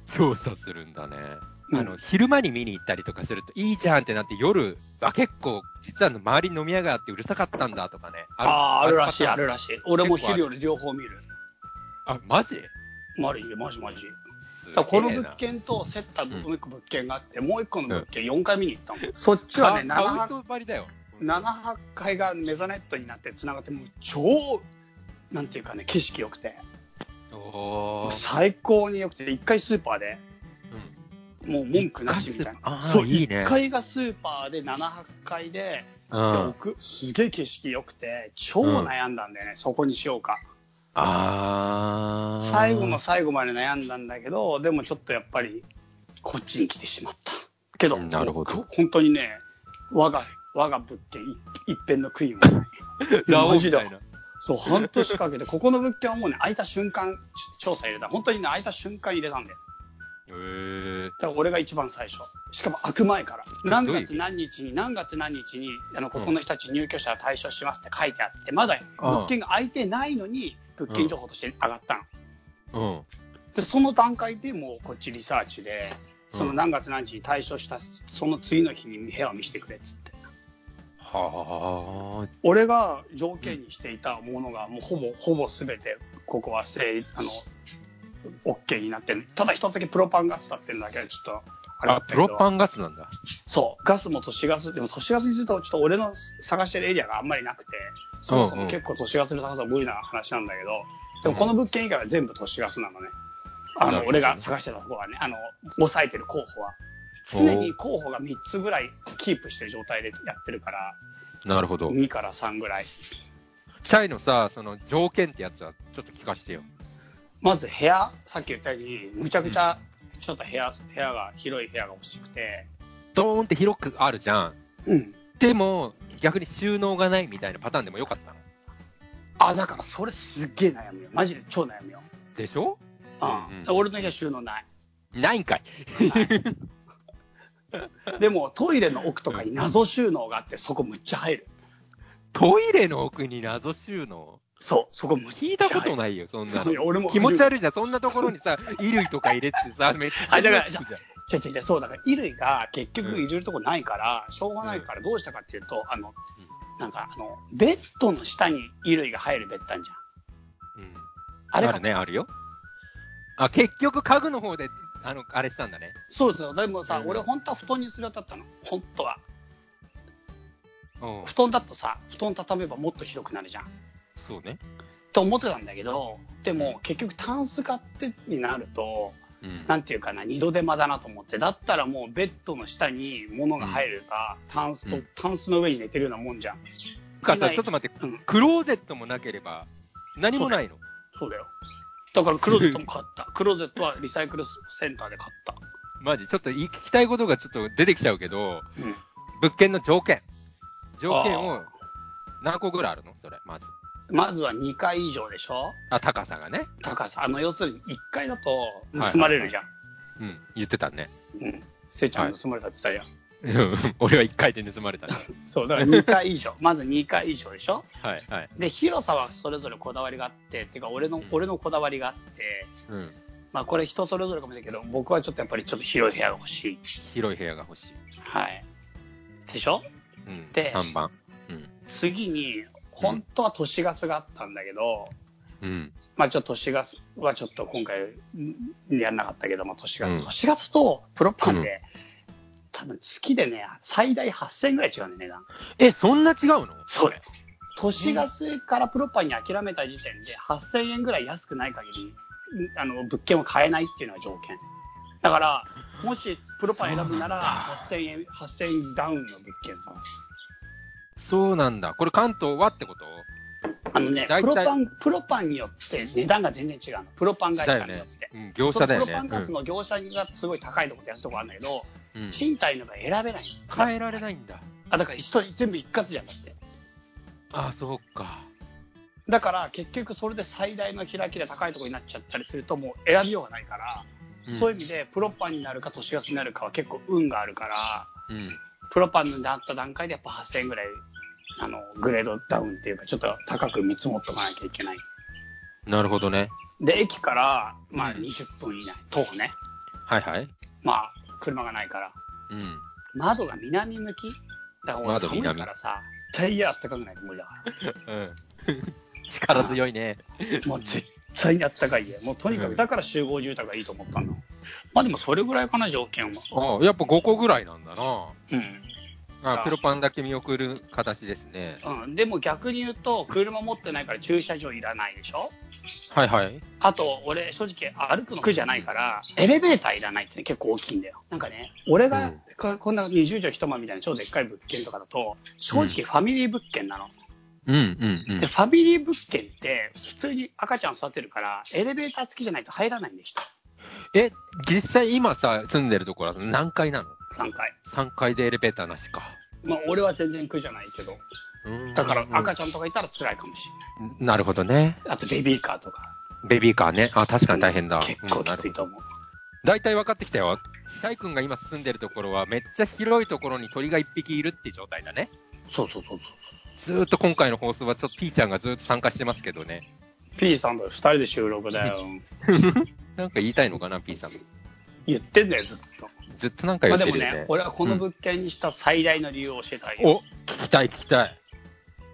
B: 調査するんだね。
C: うん
B: あの、昼間に見に行ったりとかすると、いいじゃんってなって、夜は結構、実はあの周り飲み屋があってうるさかったんだとかね。
C: ああー、あるらしい、あ。
B: パ
C: るらしい。俺も
B: 結構あ
C: 昼
B: る
C: 夜両方見る。
B: ターンあ、マジ
C: マジ、マジ、マジ。
B: す
C: だからこの
B: げえな
C: 物件とセッター
B: うん
C: ともう一個物件があって、もう一個の物件4回見に行ったもん。そっちは
B: か
C: ね、
B: 買う
C: 7,
B: 人ばりだよ。
C: 8階がメザネットになってつながって、もう超、なんていうかね、景色良くて、
B: おー。
C: 最高に良くて、1回スーパーで、もう文句なしみたい
B: 一回スーパーあ
C: な。
B: ー
C: そう、
B: いいね
C: 1階がスーパーで、7、8階で、
B: うん。うん。
C: 奥、すげえ景色良くて、超悩んだんだよね、そこにしようか。
B: あー。
C: 最後の最後まで悩んだんだけど、でもちょっとやっぱり、こっちに来てしまった。けど、
B: うんなるほど
C: こ本当にね、我が、我が物件い一辺の 悔いもない。
B: ラオウ
C: マ
B: み
C: ジ
B: たいな
C: で。そう、半年かけて、ここの物件はもうね、空いた瞬間、ち調査入れた。本当にね、空いた瞬間入れたんで。
B: えー。
C: だから俺が一番最初。しかも開く前から。何
B: どういう意
C: 月
B: 味
C: 何日に、何月何日に、あの、ここの人たち入居者は対象しますって書いてあって、まだ物件が空いてないのに、物件情報として上がったの。
B: うん。
C: で、その段階でもうこっちリサーチで、その何月何日に退所した、その次の日に部屋を見せてくれっつって。
B: はあ。
C: 俺が条件にしていたものがもうほぼ、ほぼ全て、ここはせい、あの、OK になってる。ただ一つだけプロパンガスだってるだけはちょっと、あれだ
B: あ
C: っ、た
B: プ
C: けど
B: ロパンガスなんだ。
C: そう、ガスも都市ガス、でも都市ガスにすると、ちょっと俺の探してるエリアがあんまりなくて、そもそ
B: うんう
C: も
B: ん
C: 結構都市ガスで探すのは無理な話なんだけど、でもこの物件以外は全部都市ガスなのね。あ
B: なる
C: の、
B: ほど
C: 俺が探してたとこはね、あの、抑えてる候補は。常に候補が3つぐらいキープしてる状態でやってるから、
B: なるほど。
C: 2から3ぐらい。
B: チャイのさ、その条件ってやつはちょっと聞かせてよ。
C: まず部屋、さっき言ったように、むちゃくちゃ、ちょっと部屋、部屋が、広い部屋が欲しくて、
B: ドーンって広くあるじゃん。
C: うん。
B: でも、逆に収納がないみたいなパターンでもよかったの。
C: あ、だからそれすっげえ悩むよ。マジで超悩むよ。
B: でしょ
C: うん。
B: うんうん
C: 俺の部屋収納ない。
B: ないんかい。
C: でもトイレの奥とかに謎収納があってそこむっちゃ入る
B: トイレの奥に謎収納
C: そうそこむっちゃ入
B: 聞
C: る
B: いたことないよ、そんな
C: そういや
B: の。
C: 俺も
B: 気持ち悪いじゃん。そんなところにさ、衣類とか入れてさ、めっちゃ
C: あだから
B: 気持ち悪いじゃん
C: 違う違う違うそうだから衣類が結局入れるとこないから、しょうがないからどうしたかっていうとあの、なんかあのベッドの下に衣類が入るベッドあんじゃん
B: うん
C: あれ
B: あ
C: が
B: るね、あるよ。あ、結局家具の方で、あの、あれしたんだね。
C: そうですよでもさ、
B: うん
C: 俺本当は布団にするだったの本当は
B: うん。
C: 布団だとさ布団畳めばもっと広くなるじゃん
B: そうね。
C: と思ってたんだけどでも結局タンス買ってになると
B: うん
C: なんていうかな、二度手間だなと思って、だったらもうベッドの下に物が入るか、タンスと、
B: うん
C: タンスの上に寝てるようなもんじゃん。
B: かさ、
C: ない
B: ちょっと待って、
C: うん
B: クローゼットもなければ、何もないの。
C: そうだよ。だからクローゼットも買 った。クローゼットはリサイクルセンターで買った。
B: マジ、ちょっと言い聞きたいことがちょっと出てきちゃうけど、
C: うん。
B: 物件の条件。条件を、何個ぐらいあるのそれ、まず。
C: まずは2階以上でしょ
B: あ、高さがね。
C: 高さ。あの、要するに1階だと盗まれるじゃん。
B: うん、言ってたね。
C: うん。せいちゃん盗まれたって言ったやん。
B: うん俺は1回で盗まれ たね。
C: そう、だから2階以上。まず2階以上でしょ
B: はい、はい。
C: で、広さはそれぞれこだわりがあって、っていうか俺の、俺のこだわりがあって、
B: うん。
C: まあこれ人それぞれかもしれないけど、僕はちょっとやっぱりちょっと広い部屋が欲しい。
B: 広い部屋が欲しい。
C: はい。でしょ
B: うん。
C: で
B: 3番。
C: 次に、本当は都市ガスがあったんだけど、
B: うん。
C: まあちょっと都市ガスはちょっと今回んやんなかったけども、都市ガス。
B: うん
C: 都市ガスとプロパンで、多分月でね、最大8000円ぐらい違うね、値段。
B: え、そんな違うの
C: そうだよ。都市ガスからプロパンに諦めた時点で8000円ぐらい安くない限り、んあの、物件を買えないっていうのが条件。だから、もしプロパン選ぶなら、8000円、8000円ダウンの物件探す。
B: そうなんだ。これ関東はってこと
C: あのね、
B: 大体
C: プロパン、プロパンによって値段が全然違うの。プロパン会
B: だ
C: 社
B: よ
C: によっ
B: ね
C: て。。
B: うん、業者だよ
C: そのプロ
B: ね
C: パン。ガスの業者がすごい高いところと安いところあるんだけど、
B: うんうん
C: 賃貸のが選べないの。
B: 変えられないんだ。
C: あ、だから一人全部一括じゃんだって。
B: あ、そうか。
C: だから結局それで最大の開きで高いところになっちゃったりするともう選びようがないから、
B: うん
C: そういう意味でプロパンになるか都市ガスになるかは結構運があるから、
B: うん。
C: プロパンになった段階でやっぱ8000円ぐらい、あの、グレードダウンっていうかちょっと高く見積もっとかなきゃいけない。
B: なるほどね。
C: で、駅から、まあ
B: うん
C: 20分以内、徒歩ね。
B: はいはい。
C: まあ、車がないから。
B: うん。
C: 窓が南向きだから俺
B: 窓
C: 寒い
B: 南
C: からさ、タイヤあったかくないと無理だか
B: うん。 力強いね。
C: ら。もう絶対にあったかい家。もうとにか
B: う
C: く、
B: ん
C: だから集合住宅がいいと思ったの。まあでもそれぐらいかな、条件は。
B: あやっぱ5個ぐらいなんだな。
C: う
B: あ
C: あ
B: プロパンだけ見送る形ですね。
C: ん。うん。でも逆に言うと、車持ってないから駐車場いらないでしょ
B: はいはい。
C: あと、俺、正直、歩くの苦じゃないから、エレベーターいらないってね、結構大きいんだよ。なんかね、俺が、
B: うん
C: ここんな20畳一間みたいな超でっかい物件とかだと、正直ファミリー物件なの。
B: うんうんうん
C: で、。ファミリー物件って、普通に赤ちゃん育てるから、エレベーター付きじゃないと入らないんでした。
B: え、実際今さ、住んでるところは何階なの
C: 3階。
B: ?3 階でエレベーターなしか。
C: まあ、俺は全然苦じゃないけど。
B: うん
C: だから、赤
B: ち
C: ちゃんとかいたら辛いかもしれない。
B: ゃん。なるほどね。
C: あと、ベビーカーとか。
B: ベビーカーね。あ、確かに大変だ。
C: 結構
B: うんな
C: き
B: る
C: ついと思う。
B: 大体分かってきたよ。シャイ君が今住んでるところは、めっちゃ広いところに鳥が1匹いるっていう状態だね。
C: そうそうそうそう。
B: ずーっと今回の放送は、ちょっとピーちゃんがずーっと参加してますけどね。
C: P さんと2人で収録だよ。
B: なんか言いたいのかな、P さん。
C: 言ってんだよ、ずっと。
B: ずっとなんか
C: ま
B: 言
C: あ
B: って
C: で
B: る
C: も
B: よね。
C: ね、俺はこの物件にした最大の理由を教えてあげ
B: お
C: よ
B: 聞きたい、聞きたい。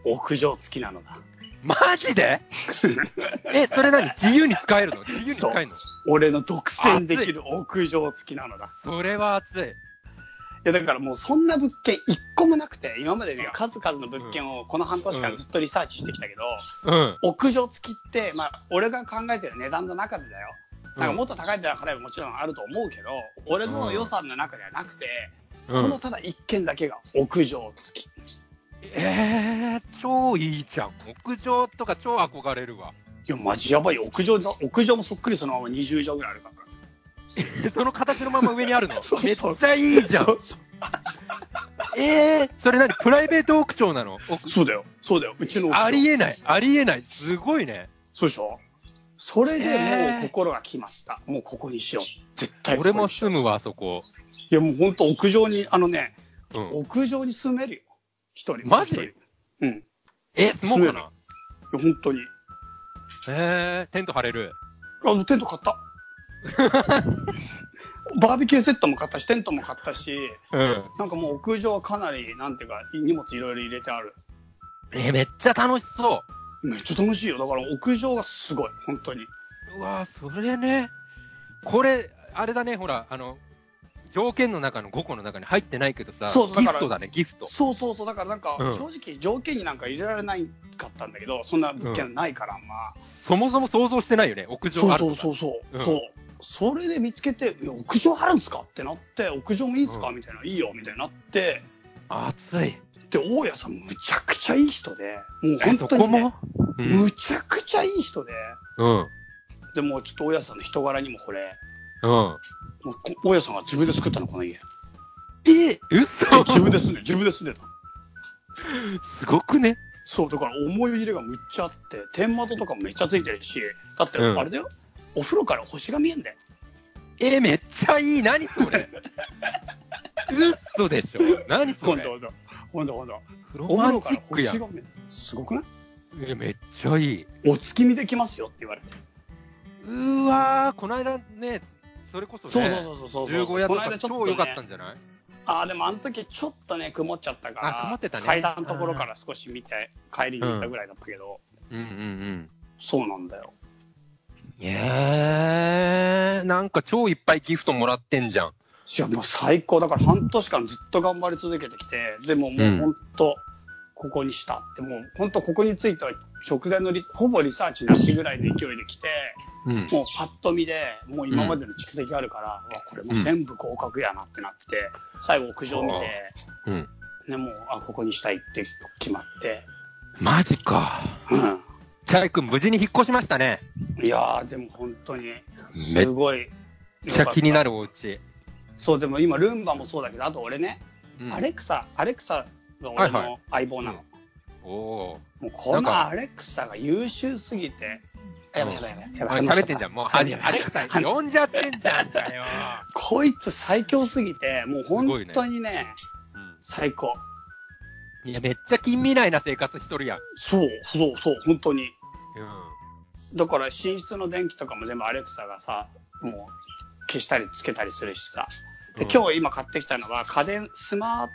C: う。屋上付きなのだ。
B: マジで え、それ何自由に使えるの自由に使えるのそ
C: 俺の独占できる屋上付きなのだ。
B: れは熱い。
C: いやだからもうそんな物件一個もなくて、今までね、数々の物件をこの半年間ずっとリサーチしてきたけど、
B: うん。
C: 屋上付きって、まあ、俺が考えてる値段の中でだよ。なんかもっと高い値段払えばもちろんあると思うけど、俺の予算の中ではなくて、
B: う
C: こ
B: ん
C: のただ一軒だけが屋上付き。
B: えー、超いいじゃん。屋上とか超憧れるわ。
C: いや、マジやばいよ。屋上だ、屋上もそっくりそのまま20畳ぐらいあるから。
B: その形のまま上にある の。
C: そう
B: めっちゃいいじゃん
C: そ。うそう
B: えー、それ何プライベート屋上なの屋
C: そうだよ。そうだよ。うちの屋上
B: ありえない、ありえない。すごいね。
C: そうでしょそれで
B: え
C: もう
B: ー
C: 心が決まった。もうここにしよう。絶対ここ
B: 俺も
C: にしよ
B: 住
C: う
B: むわ、あそこ。
C: いや、もう本当屋上に、あのね、
B: うん。
C: 屋上に住めるよ。一人。
B: マジ
C: 一人うん。い
B: え、住もうかな。
C: や、本当に。
B: えー、テント張れる。
C: あの、テント買った。 バーベキューセットも買ったし、テントも買ったし、
B: うん。
C: なんかもう屋上はかなり、なんていうか、荷物いろいろ入れてある。
B: え、めっちゃ楽しそ
C: めっちゃ楽しいよ。だから屋上がすごい、本当に。
B: う。うわーそれね。これ、あれだね、ほら、あの、条件の中の5個の中に入ってないけどさ、
C: そうだ
B: ギ
C: から
B: フトだね、ギフト。
C: そうそうそう、だからなんか、
B: うん
C: 正直、条件になんか入れられないかったんだけど、そんな物件ないから、まあ、
B: そもそも想像してないよね、屋上
C: そ
B: あ
C: う
B: る
C: そう
B: とか
C: そうそう、
B: うん
C: そう、それで見つけて、いや屋上あるんすかってなって、屋上もいいんすか、
B: うん
C: みたいな、いいよみたいになって、
B: 暑い。
C: で、大家さん、むちゃくちゃいい人で、もう
B: え、
C: 本
B: そ
C: 当
B: こ
C: に、ね
B: も、
C: むちゃくちゃいい人で、
B: うん。
C: でもうちょっと大家さんの人柄にも惚れ、
B: うん。
C: もうこ大家さんが自分で作ったの、この家。
B: え嘘
C: 自分で住んで、自分で住んでた。
B: すごくね。
C: そう、だから思い入れがむっちゃあって、天窓とかもめっちゃついてるし、だって
B: うん
C: あれだよ、お風呂から星が見えんだよ。
B: え、めっちゃいい。何それ。嘘でしょ。何そ
C: 今
B: れ。
C: 度、今度、今度、今度。
B: ロ
C: お
B: マ
C: 風
B: ン
C: 呂か
B: チ
C: ら
B: ックや
C: 星
B: ん。
C: が見える。すごくない
B: え、めっちゃいい。
C: お月見できますよって言われて。
B: うーわー、この間ね、それこそね、
C: そうそうそうそうそう。
B: 15やっ
C: この
B: た
C: 間ちょっと
B: 超良かった
C: ね
B: んじゃない
C: ああ、でもあの時ちょっとね、曇っちゃったから、
B: あ曇ってたね
C: 階段のところから少し見て、帰りに行ったぐらいだったけど、
B: うんうん
C: そうなんだよ。
B: うん。えー、なんか超いっぱいギフトもらってんじゃん。
C: いや、もう最高。だから半年間ずっと頑張り続けてきて、でもも
B: うん
C: う本当、ここにしたって、もう本当ここについては直前のリほぼリサーチなしぐらいの勢いで来て、
B: うん。
C: もうパッと見で、もう今までの蓄積があるから、うわこれもう全部合格やなってなって、最後屋上見て、
B: うん、
C: ね、もう、あ、ここにしたいって決まって、
B: マジか。
C: う
B: チャイ君、無事に引っ越しましたね。
C: ん。いやー、でも本当に、
B: め
C: す
B: っ
C: ごい。
B: めっちゃ気にな
C: る。
B: るお家。
C: そう、でも今、ルンバもそうだけど、あと俺ね、
B: うん
C: アレクサ、アレクサが俺
B: はいは
C: の相棒なの。
B: おお
C: もうこ
B: なんか
C: のアレクサが優秀すぎて、やばいやばいやばい。
B: ー。
C: や
B: お
C: ば
B: 前
C: い
B: 喋ってんじゃん。もう、アレ
C: アレク
B: ク
C: サ
B: サ、呼んじゃってんじゃんかよ。
C: こいつ最強すぎて、もう本当にね、最高。
B: いや、めっちゃ近未来な生活しとるやん。
C: そう、そう、そう、本当に。
B: う
C: だから寝室の電気とかも全部アレクサがさ、もう消したりつけたりするしさ。で
B: うん
C: 今日今買ってきたのは家電、スマー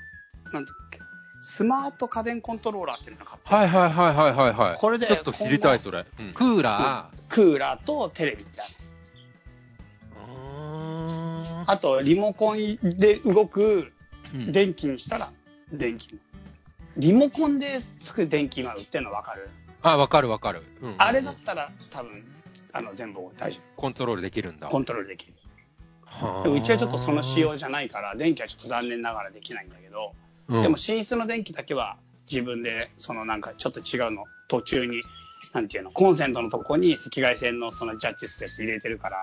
C: ト、なんだっけ、スマート家電コントローラーっていうのを買った。
B: はいはいはいはいはいはい。
C: これで
B: ちょっと知りたい、それ。クーラ
C: クーラーとテレビみたいな。
B: ー。
C: あとリモコンで動く
B: うん
C: 電気にしたら電気。リモコンでつく電気が売ってるの分かる、
B: あ、わかるわかる。うんうん
C: あれだったら多分、あの全部大丈
B: コントロールできるんだ
C: 夫。。コントロールできる。
B: は
C: で
B: ー
C: もうちはちょっとその仕。様じゃないから、電気はちょっと残念ながらできないんだけど、
B: うん
C: でも、寝室の電気だけは自分でそのなんかちょっと違うの途中になんていうのコンセントのとこに赤外線のそのジャッジするやつ入れてるから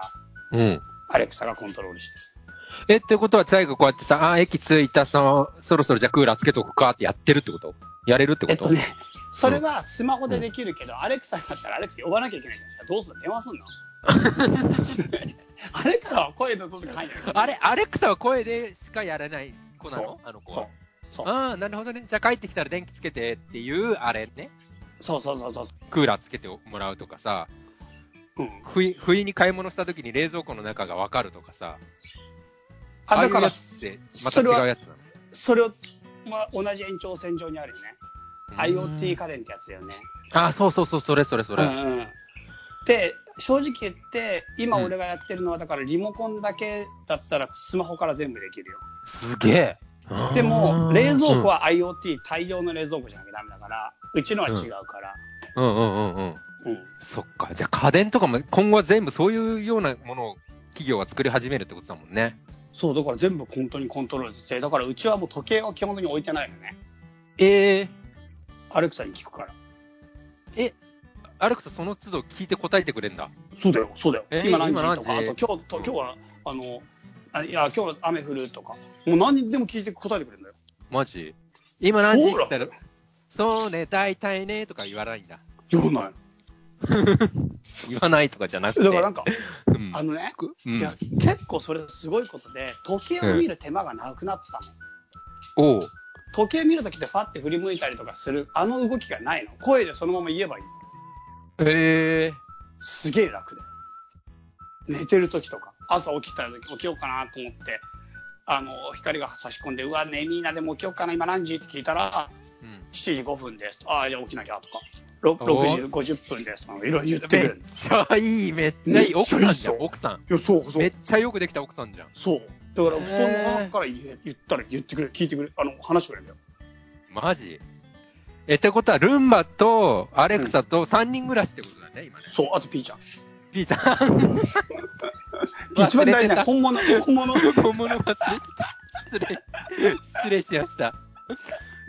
B: うん。
C: アレクサがコントロールして
B: え、ってことは、最後こうやってさ、あ、駅着いた、その、そろそろじゃあクーラーつけとくかってやってるってことやれるって
C: え
B: こ
C: っ
B: と
C: とねそれはスマホでできるけど、アレクサだったらアレクサ呼ばなきゃいけないじゃないですかどうするの電話す んのアレクサは声の部分が入んない
B: あれ、アレクサは声でしかやらない子なのあの子
C: そう
B: は。
C: そう
B: ああ、なるほどね。じゃあ帰ってきたら電気つけてっていう、あれね。
C: そうそうそうそう。
B: クーラーつけてもらうとかさ、
C: うん。
B: 不意不意に買い物した時に冷蔵庫の中がわかるとかさ、あ
C: あ、
B: あい
C: だ
B: う
C: から
B: や、つってまた違うやつなの。
C: それを、まあ、同じ延長線上にあるよね。IoT
B: か。
C: 家電ってやつだよね。
B: あ、そうそうそう、それそれそれ。
C: うんうん、で正直言って今
B: うん
C: 俺がやってるのはだからリモコンだけだったらスマホから全部できるよ
B: すげえ。
C: でも冷蔵庫
B: は。
C: は IoT 対応の冷蔵庫じゃなきゃダメだからうちのは違うから、
B: うんうんうんうん。
C: うん
B: そっか。じゃあ家電とかも今後は全部そういうようなものを企業は作り始めるってことだもんね。
C: そうだから全部本当にコントロールしてだからうちはもう時計は基本的に置いてないのね
B: ええ
C: アレクサに聞くから
B: アレクサその都度聞いて答えてくれんだ。
C: そうだよそうだよ、
B: えー
C: 今何時とかあ
B: 今
C: と
B: 何時
C: 今日と今日はあのあいや今日雨降るとかもう何にでも聞いて答えてくれるんだよ
B: マジ今何時って
C: そうだ
B: 言ったら、そうね、大体ね、とか言わないんだ。
C: 言わない
B: 言わないとかじゃなくて。
C: だからなんか
B: うん
C: あのね
B: うん
C: いや結構それすごいことで時計を見る手間がなくなったの、
B: おう
C: 時計見るときってファって振り向いたりとかするあの動きがないの声でそのまま言えばいい
B: ええ
C: すげえ楽で寝てるときとか朝起きた時起きようかなと思ってあの光が差し込んでうわねみんなでも起きようかな今何時って聞いたら7時5分ですああじゃあ起きなきゃとか 6, 時50分ですとかいろいろ言ってく
B: め
C: れ
B: っ
C: る
B: ちゃいい、めっちゃいい。
C: めっ
B: 奥
C: ち
B: さ
C: ゃいい
B: ん
C: っ
B: じ
C: し
B: ゃん
C: ょ、
B: 奥さん。
C: いやそうそう
B: めっちゃよくできた奥さんじゃん。
C: そうだから布団の中から言え言ったら言ってくれる聞いてくれるあの話してくれるんだよ
B: マジえ、ってことは、ルンバとアレクサと3人暮らしってことだね、今ね。
C: そうあとピーちゃん
B: ピーちゃん。
C: 一番大事な
B: 忘
C: 本物本 物
B: 本物忘れてた。失礼。失礼しました。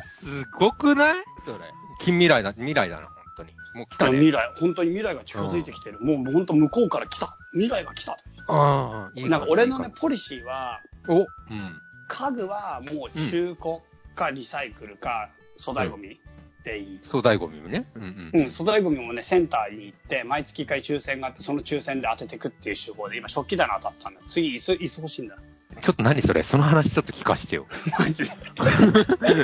B: すごくないそれ。近未来だ、未来だな、本当に。もう来たね。
C: 未来本当に未来が近づいてきてる、もう本当向こうから来た未来が来た
B: ああ、いい
C: なんか俺の
B: い
C: ね
B: い
C: ポリシーは
B: お、うん。
C: 家具はもう中古かリサイクルか粗大ゴミでいい、
B: 粗大ゴミもね。うん
C: うん粗大ゴミもねセンターに行って毎月1回抽選があってその抽選で当ててくっていう手法で今食器棚当たったんだ次椅子椅子欲しいんだ
B: うん。ちょっと何それその話ちょっと聞かせてよ。
C: マジで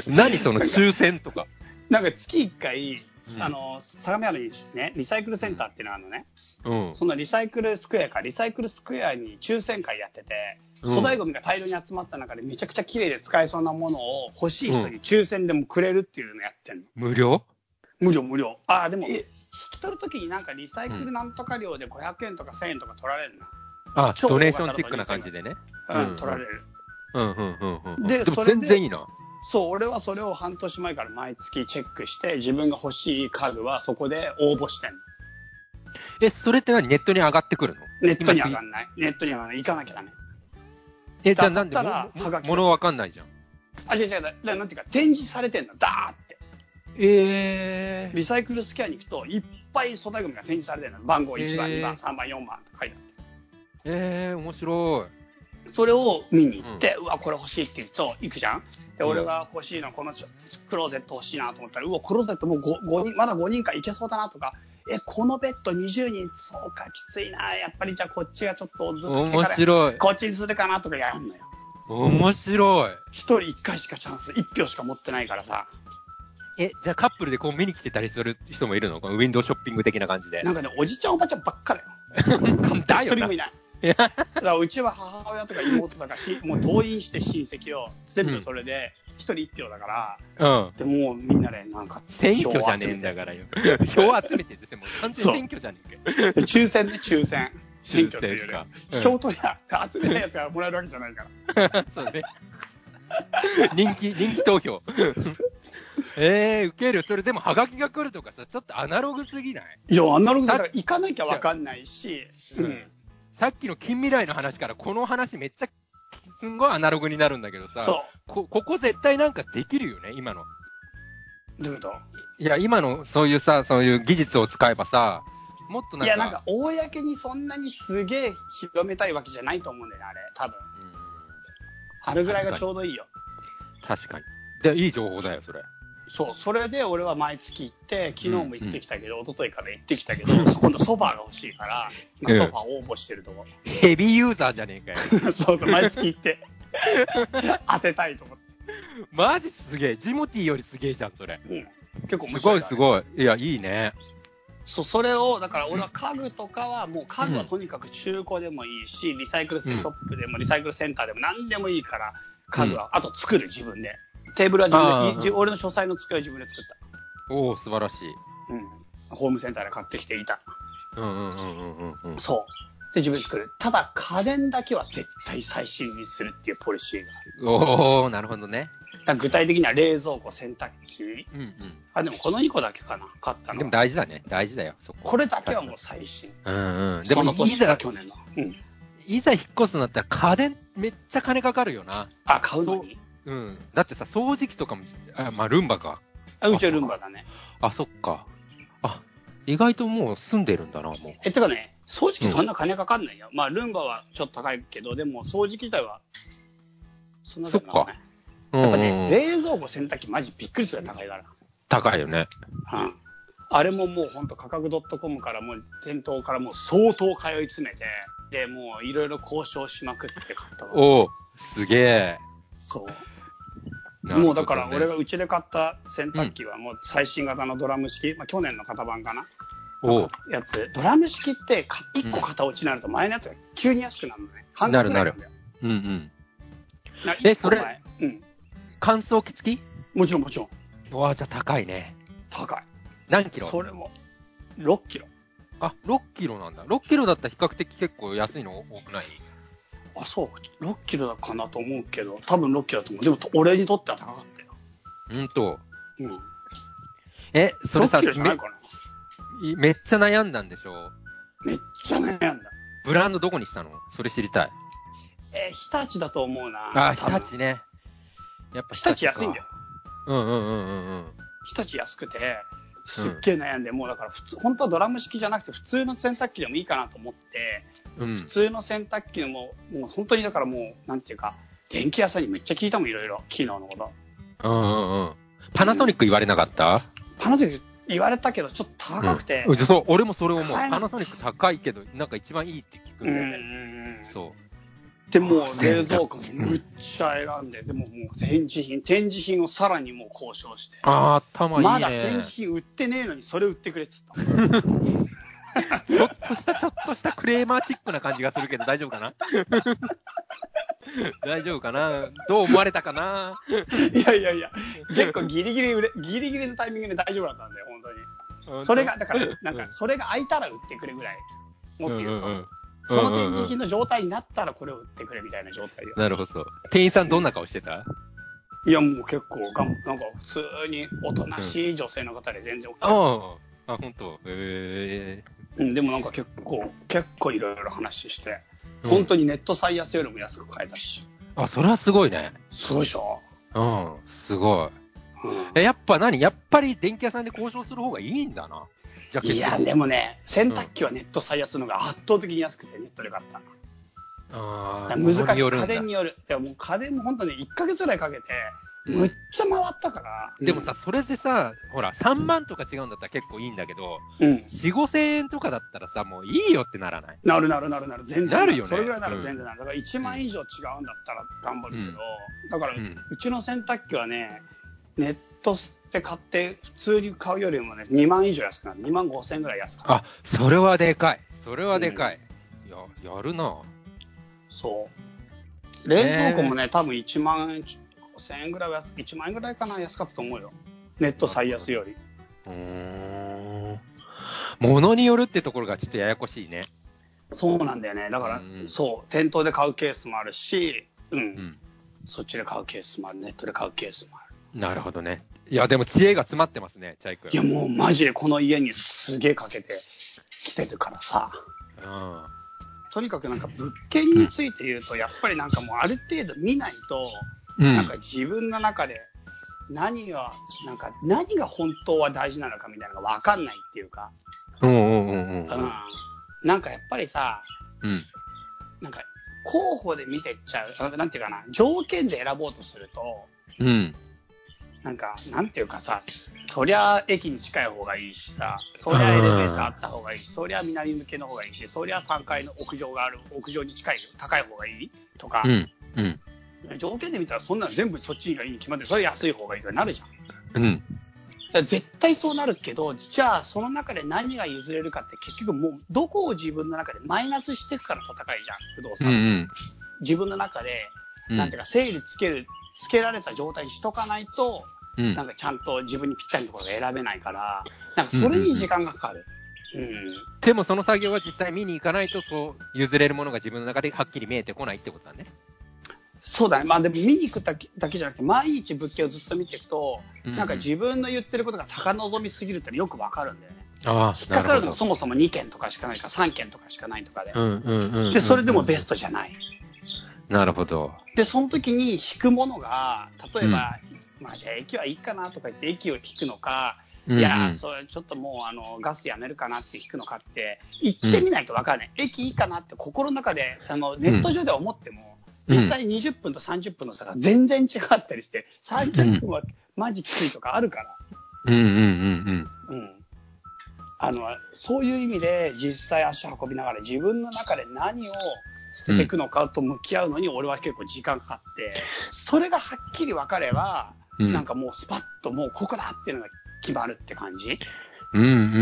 B: 何その抽選とか。
C: なんか月1回、
B: うん
C: あの相模原にねリサイクルセンターっていうのがあるのね
B: うん。
C: そのリサイクルスクエアか、リサイクルスクエアに抽選会やってて、
B: うん
C: 粗大ゴミが大量に集まった中で、めちゃくちゃ綺麗で使えそうなものを欲しい人に抽選でもくれるっていうのやってんの。
B: 無料
C: 無料、無料。ああ、でも、
B: え
C: 引き取るときになんかリサイクルなんとか料で500円とか1000円とか取られる
B: あ、
C: 超
B: ドネーションチックな感じでね。
C: な。うん、
B: うん
C: 取られる。
B: うんうんうんうんうん。
C: で
B: でも
C: それで
B: 全然いいな。
C: そう、俺はそれを半年前から毎月チェックして、自分が欲しい家具はそこで応募してんの。
B: え、それって何ネットに上がってくるの
C: ネットに上がんない。ネットに上がんない。行かなきゃダメ。
B: え、じゃあなんで
C: だったらはがき
B: 物わかんないじゃん。
C: あ、違う違う。だからなんていうか、展示されてんの。ダーって。
B: え
C: リサイクルスキャンに行くと、いっぱい粗大ゴミが展示されてるの。番号1番、
B: へー
C: 2番、3番、4番って書いてあっ
B: えー、面白い。
C: て。それを見に行って、うわ、これ欲しいって言うと、行くじゃん。で、俺が欲しいのはこのちょクローゼット欲しいなと思ったら、うわ、クローゼットもう 5, 人、まだ5人かいけそうだなとか、え、このベッド20人、そうか、きついな。やっぱりじゃあこっちがちょっとずっと
B: 面白い。
C: こっちにするかなとかやるのよ。
B: 面白い。
C: 一人一回しかチャンス、一票しか持ってないからさ、
B: え、じゃあカップルでこう見に来てたりする人もいるのこのウィンドウショッピング的な感じで。
C: なんかね、おじちゃんおばちゃんばっかだよ。
B: だ
C: 一
B: よ
C: 人
B: な
C: もい。ない。だからうちは母親とか妹とかし、もう動員して親戚を、全部それで、一人一票だから、
B: うん。
C: でもうみんなで、なんか、
B: 選挙じゃねえんだからよ。票集めてって、もう完全に選挙じゃねえかよ。
C: 票を集めて抽選ね、抽選。選
B: 抽
C: 挙というよ
B: 選
C: りは
B: か。うん
C: 票取りゃ、集めたやつがもらえるわけじゃないから。
B: そうね。人気、人気投票。えー、ウケる。それでも、ハガキが来るとかさ、ちょっとアナログすぎない
C: いや、アナログだから行かなきゃわかんないし、
B: う
C: うんん。
B: さっきの近未来の話から、この話めっちゃ、すんごいアナログになるんだけどさ、
C: そ
B: こここ絶対なんかできるよね、今の。
C: う。どういうこ
B: いや、今のそういうさ、そういう技術を使えばさ、もっ
C: と
B: となんか、
C: いや、なんか、公にそんなにすげえ広めたいわけじゃないと思うんだよね、あれ、多分。
B: うん
C: あれぐらいがちょうどいいよ。
B: 確かに。で、いい情報だよ、それ。
C: そう、それで俺は毎月行って、昨日も行ってきたけど、一昨日から行ってきたけど、
B: うん
C: 今度ソファーが欲しいから、今
B: うん
C: ソファー応募してるとこ。
B: ヘビーユーザーじゃねえか よ。
C: そうそう、毎月行って、当てたいと思っ
B: マジすげえ。ジモティーよりすげえじゃん、それ。
C: て。うん結構面
B: す
C: 白い
B: ごい
C: から
B: すごい。いや、いいね。
C: そうそれをだから俺は家具とかはもう家具はとにかく中古でもいいし、リサイクルショップでもリサイクルセンターでも何でもいいから家具は、あと作る自分でテーブルは自分で
B: あー
C: いじ俺の書斎の机は自分で作った
B: おお素晴らしい。
C: うん、ホームセンターで買ってきていた。
B: うんうんうんうんうんうん。
C: そう。で、自分で作る。ただ、家電だけは絶対最新にするっていうポリシーがある。
B: おおなるほどね。
C: だから具体的には冷蔵庫、洗濯機。
B: うん
C: あ、でもこの2個だけかな、買った
B: うん。
C: の
B: でも
C: は。
B: 大事だね。大事だよ、そこ。
C: これだけはもう最新。
B: うんうん。でも
C: その、
B: い
C: 年
B: ざ
C: が、去年の。うん。
B: いざ引っ越すんだったら家電、めっちゃ金かかるよな。
C: あ、買うのに
B: うん。だってさ、掃除機とかも、あまあ、ルンバか。
C: あ、うちはルンバだね。
B: あ、そっか。あ、意外ともう住んでるんだな、もう。
C: え、てかね、掃除機そんな金かかんないよ。まあ、ルンバはちょっと高いけど、でも掃除機自体は、そんなでもない。
B: うん
C: やっ
B: うんう
C: ぱ
B: ん
C: ね、冷蔵庫、洗濯機、マジびっくりするぐらい高いから。
B: 高いよね。
C: うんあれももう本当価格 .com からもう店頭からもう相当通い詰めてでもういろいろ交渉しまくって買ったわ
B: おおすげえ。
C: そう、
B: なる
C: も
B: ほ
C: う
B: ど
C: だ
B: ね
C: から俺がうちで買った洗濯機はもう最新型のドラム式、まあ、去年の型番かな
B: おう
C: やつドラム式ってか1個型落ちになると前のやつが急に安くなるのね半額ぐらいんだよ
B: うんうん。
C: なる
B: え
C: 一個前うん
B: 乾燥機付き
C: もちろんもちろん
B: うわあ、じゃあ高いね。
C: 高い
B: 何キロ
C: それも6キロ
B: あ、6キロなんだ。6キロだったら比較的結構安いの多くない
C: あそう6キロだかなと思うけど多分6キロだと思うでもと俺にとっては高かったよ
B: うんと。
C: うん
B: え、それさ
C: 6キロじゃない
B: め
C: か、
B: めっちゃ悩んだんでしょ
C: なめっちゃ悩んだ。
B: ブランドどこにしたのそれ知りたい。
C: えー、日立だと思うな。多
B: あー、日
C: 分
B: 立ね。やっぱ
C: 日立安いんだよ
B: よ。。うんうんうんうんうん。
C: 日立安くて、すっげえ悩んで、もうだから普通、本当はドラム式じゃなくて、普通の洗濯機でもいいかなと思って、普
B: うん。
C: 通の洗濯機のもう、もう本当にだからもう、なんていうか、電気屋さんにめっちゃ聞いたもん、いろいろ、機能のこと。
B: うんうんうん。パナソニック言われなかった
C: パナソニック言われたけど、ちょっと高くて、
B: うんそう、俺もそれ思う。
C: 買えない
B: パナソニック高いけど、なんか一番いいって聞く
C: うんんう
B: だ
C: ん
B: よ
C: う
B: ね。
C: ん、
B: そ
C: でもう冷蔵庫もむっちゃ選んで、でももう展示品、展示品をさらにもう交渉して
B: う。、ああ、頭いいね。
C: まだ展示品売ってねえのにそれ売ってくれって言った
B: ちょっとした、ちょっとしたクレーマーチックな感じがするけど、大丈夫か な大丈夫かなどう思われたかな
C: のいやいやいや結構ギリギリ売れギリギリのタイミングで大丈夫だったんだよ本当にそれがだからなんかそれが空いたら売ってくれぐらい持っていると、その展示品
B: の。
C: の状態になったらこれを売ってくれみたいな状態で、
B: なるほど。店員さんどんな顔してた
C: いやもう結構がんなんか普通におとなしい女性の方で全然 OK、
B: ああ、あ、本当。え
C: うん、でもなんか結構結構いろいろ話して
B: うん
C: 本当にネット最安よりも安く買えたし
B: えあ、それはすごいね。
C: すごいでしょ、
B: うん、すご
C: うん
B: い。え、やっぱ何やっぱり電気屋さんで交渉する方がいいんだな。じゃあ
C: いや、
B: 結局
C: でもね、洗濯機はネット最安のが圧倒的に安くて、ネットで買った。
B: ああ、
C: 難
B: 物に
C: しい、
B: よるん
C: 家
B: だ
C: 電による。でももう家電も本当に1ヶ月ぐらいかけて、
B: うん
C: むっちゃ回ったから。
B: でもさ、それでさ、ほら、3万とか違うんだったら結構いいんだけど、
C: うん、うん。
B: 4、5千円とかだったらさ、もういいよってならない
C: なるなるなるなる、全然
B: なるよね
C: それぐらいなら全然なる。だから1万円以上違うんだったら頑張るけど、だから、
B: う
C: うんちの洗濯機はね、ネットで買って、普通に買うよりもね、2万円以上安くなる。2万5千円ぐらい安くなる。
B: あ、それはでかい。それはでかい。や、やるな
C: そう。冷蔵庫もね、多分1万円ちょ、1000円ぐらいは安く、1万円ぐらいかな、安かったと思うよ。ネット最安より。
B: うーん。物によるってところがちょっとややこしいね。
C: そうなんだよね。だから、
B: うん
C: そう、店頭で買うケースもあるし、うん、
B: うん。
C: そっちで買うケースもある、ネットで買うケースもある。
B: なるほどね。いや、でも知恵が詰まってますね、チャイ君。
C: いや、もうマジでこの家にすげえかけてきてるからさ。
B: うん。
C: とにかくなんか物件について言うと、やっぱりなんかもうある程度見ないと、
B: うん。
C: なんか自分の中で何が、なんか何が本当は大事なのかみたいなのが分かんないっていうか、
B: うんうんうんうん。
C: うん、なんかやっぱりさ、
B: うん。
C: なんか候補で見てっちゃう、あなんていうかな、条件で選ぼうとすると、
B: うん。
C: なんか、なんていうかさ、そりゃ駅に近い方がいいしさ、そりゃエレベーターあった方がいいし、そりゃ南向けの方がいいし、そりゃ3階の屋上がある、屋上に近い、高い方がいいとか
B: う、ん。うん。
C: 条件で見たらそんなの全部そっちがいいに決まってる、それは安い方がいいとかなるじゃん。
B: うん。
C: から絶対そうなるけど、じゃあその中で何が譲れるかって結局もうどこを自分の中でマイナスしていくから戦いじゃん、不動
B: う
C: 産。
B: ん
C: 自分の中で、
B: うん。
C: なんていうか整理つける、つけられた状態にしとかないと、
B: うん、うん
C: なんかちゃんと自分にぴったりのところが選べないから、なんかそれに時間がかかる。うん。
B: でもその作業は実際見に行かないと、そう、譲れるものが自分の中ではっきり見えてこないってことだね。
C: そうだね、まあ、でも見に行くだけだけじゃなくて、毎日物件をずっと見ていくと、
B: うん
C: なんか自分の言ってることが高望みすぎるってのよくわかるんだよね。
B: あ
C: 引っ
B: あ、
C: か
B: な
C: かる
B: るほ
C: の
B: ど
C: が。そもそも2件とかしかないか、3件とかしかないとかで、
B: うんうんうんうん。
C: でそれでもベストじゃない。
B: なるほど。
C: で、その時に引くものが、例えば、まあ、じゃあ駅はいいかなとか言って、駅を引くのか、いや
B: うんう
C: ー、
B: ん
C: それちょっともうあのガスやめるかなって引くのかって、行ってみないとわからない、駅いいかなって心の中で、あのネット上では思っても、
B: うん
C: 実際20分と30分の差が全然違ったりして、30分はマジきついとかあるから、
B: うんうんうん
C: うん、あのそういう意味で、実際足運びながら、自分の中で何を捨てていくのかと向き合うのに、俺は結構時間かかって、それがはっきり分かれば、
B: うん。うん
C: なんかもうスパッと、もうここだっていうのが決まるって感じ。
B: うんうんうんうんう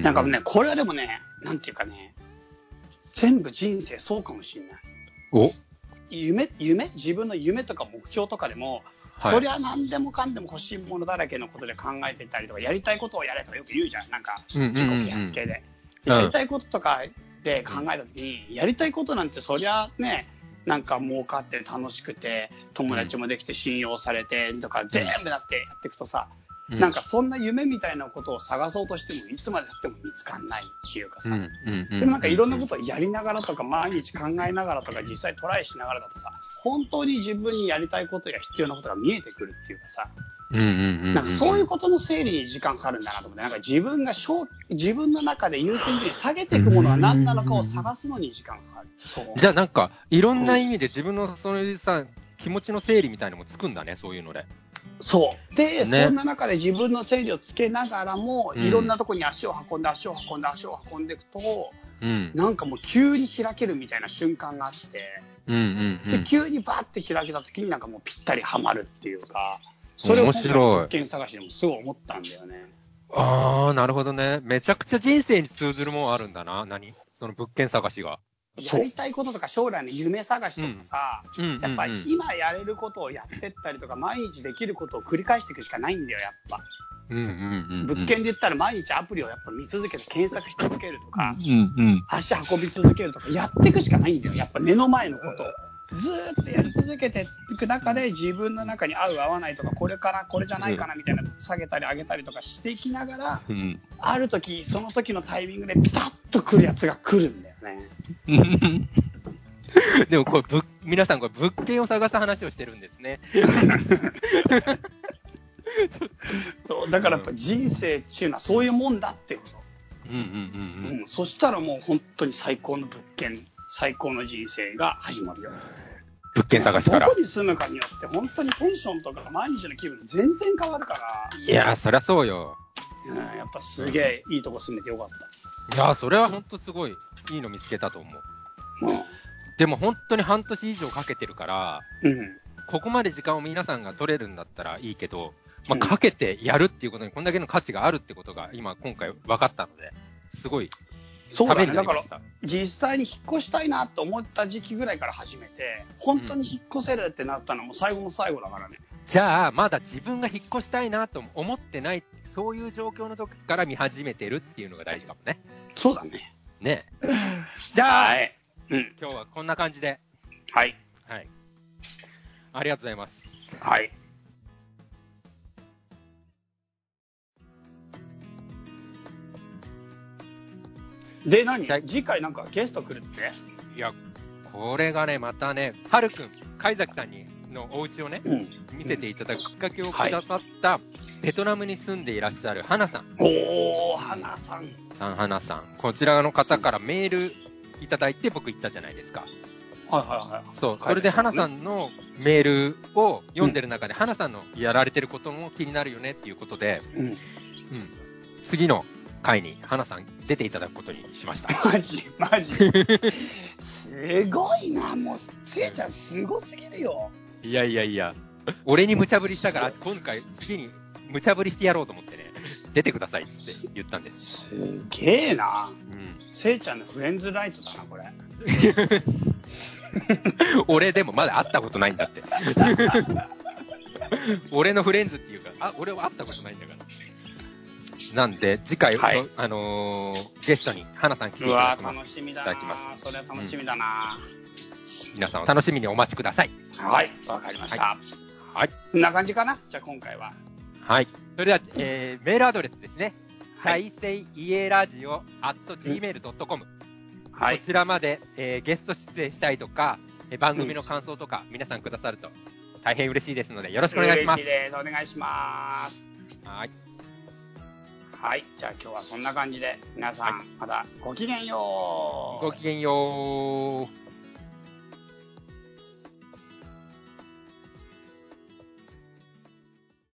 B: ん。
C: なんかね、これはでもね、なんていうかね、全部人生そうかもしれない。
B: お、
C: 夢、夢自分の夢とか目標とかでも、
B: はい
C: そりゃ何でもかんでも欲しいものだらけのことで考えてたりとか、やりたいことをやれとかよく言うじゃん、なんか、
B: うんうんうんう
C: 自
B: ん
C: 己啓発系で。
B: うん
C: やりたいこととかで考えたときに、やりたいことなんてそりゃね、なんか儲かって楽しくて、友達もできて信用されてとか、全部だってやっていくとさ、
B: う
C: なんかそんな夢みたいなことを探そうとしてもいつまでたっても見つかんないっていうか
B: う
C: さ、
B: んうんうんう
C: でもなんかいろんなことをやりながらとか毎日考えながらとか実際トライしながらだとさ本当に自分にやりたいことや必要なことが見えてくるっていうかさ
B: うんうんうんうん。
C: なんかそういうことの整理に時間かかるんだなと思ってなんか自分が小自分の中で優先順位下げていくものは何なのかを探すのに時間かかる。そう
B: じゃあなんか、いろんな意味で自分のそういうさ、気持ちの整理みたいのもつくんだね、そういうので。
C: そうで、
B: ね
C: そんな中で自分の整理をつけながらも、
B: うん
C: いろんなとこに足を運んで足を運んで足を運んでいくと
B: うん。
C: なんかもう急に開けるみたいな瞬間があって。
B: うんうんう
C: で
B: ん。
C: 急にバーって開けた時になんかもうぴったりはまるっていうかそれを
B: 面
C: 今
B: 白い
C: 回の物件探しでもすごい思ったんだよね
B: ああ、なるほどね。めちゃくちゃ人生に通ずるもんあるんだな。何その物件探しが。
C: やりたいこととか将来の夢探しとかさ、
B: うんうんうん
C: やっぱり今やれることをやってったりとか毎日できることを繰り返していくしかないんだよやっぱ
B: うんうんうんうん。
C: 物件で言ったら毎日アプリをやっぱ見続けて検索し続けるとか
B: うんうん。
C: 足運び続けるとかやっていくしかないんだよやっぱ目の前のことを。ずーっとやり続けていく中で自分の中に合う合わないとかこれからこれじゃないかなみたいな下げたり上げたりとかしていきながら
B: うん。
C: ある時その時のタイミングでピタッとくるやつが来るんだよね
B: でもこれぶ、皆さん、これ、物件を探す話をしてるんですね。
C: そうだからやっぱ人生っていうのはそういうもんだっていうこ
B: うんうん
C: と、うん、そしたらもう本当に最高の物件最高の人生が始まるよ
B: 物件探しから
C: ど。こに住むかによって本当にテンションとか毎日の気分全然変わるから
B: いやー、そりゃそうよ。
C: うん、やっぱすげえいいとこ住んでてよかった。
B: いやー、それは本当すごい、いいの見つけたと思う。
C: う
B: でも本当に半年以上かけてるから、
C: ん。うん。
B: ここまで時間を皆さんが取れるんだったらいいけど、
C: う
B: まあ、
C: ん
B: かけてやるっていうことにこんだけの価値があるってことが今、今回分かったので、すごい、
C: そうだ
B: ため
C: ね。
B: に
C: だ
B: なり
C: か
B: ま
C: ら
B: し、た。
C: 実際に引っ越したいなと思った時期ぐらいから始めて、本当に引っ越せるってなったのも最後の最後だからね。
B: じゃあ、まだ自分が引っ越したいなと思ってない、そういう状況の時から見始めてるっていうのが大事かもね。
C: そうだね。
B: ねえ。じゃあ、
C: い。うん。
B: 今日はこんな感じで、
C: はい。
B: はい。ありがとうございます。
C: はい。で、何
B: はい
C: 次回なんかゲスト来るって
B: いや、これがね、またね、はるくん、海崎さんにのお家をね、
C: うん。
B: 見せていただくきっかけをくださった、ベトナムに住んでいらっしゃる花さん、
C: おー、花さん。
B: さん花さん、こちらの方からメールいただいて、僕行ったじゃないですか。
C: はいはいはい。
B: そう、
C: はい
B: それで花さんのメールを読んでる中で、花さんのやられてることも気になるよねっていうことで、
C: うん。
B: うん、次の回に花さん出ていただくことにしま した。
C: マジマジすごいなもうせいちゃんすごすぎるよ
B: いやいやいや、俺に無茶ぶりしたから、今回、次に無茶ぶりしてやろうと思ってね、出てくださいって言ったんです。
C: すげえな。
B: うん、
C: せいちゃんのフレンズライトだな、これ。
B: 俺でもまだ会ったことないんだって。 俺のフレンズっていうか、あ、俺は会ったことないんだから。なんで、次回、
C: はい
B: そあのーゲストに、花さん来ていうただ
C: わ
B: き
C: ー、
B: ます
C: 楽。しみだ
B: いただき
C: な。それは楽しみだな。
B: 皆さん、楽しみにお待ちください。
C: はい、わかりました。
B: はい。
C: こんな感じかな。じゃあ今回は。
B: はい。それでは、えーメールアドレスですね。チ
C: は
B: ャ
C: い
B: イセイイエラジオ at gmail.com。
C: は
B: こちらまで、えーゲスト出演したいとか、えー番組の感想とか、皆さんくださると大変嬉しいですので、よろしくお願いしま
C: 嬉しい
B: す。
C: です。お願いします。
B: はい。
C: はい、じゃあ今日はそんな感じで皆さんまたごきげんよう。
B: ごきげんよう。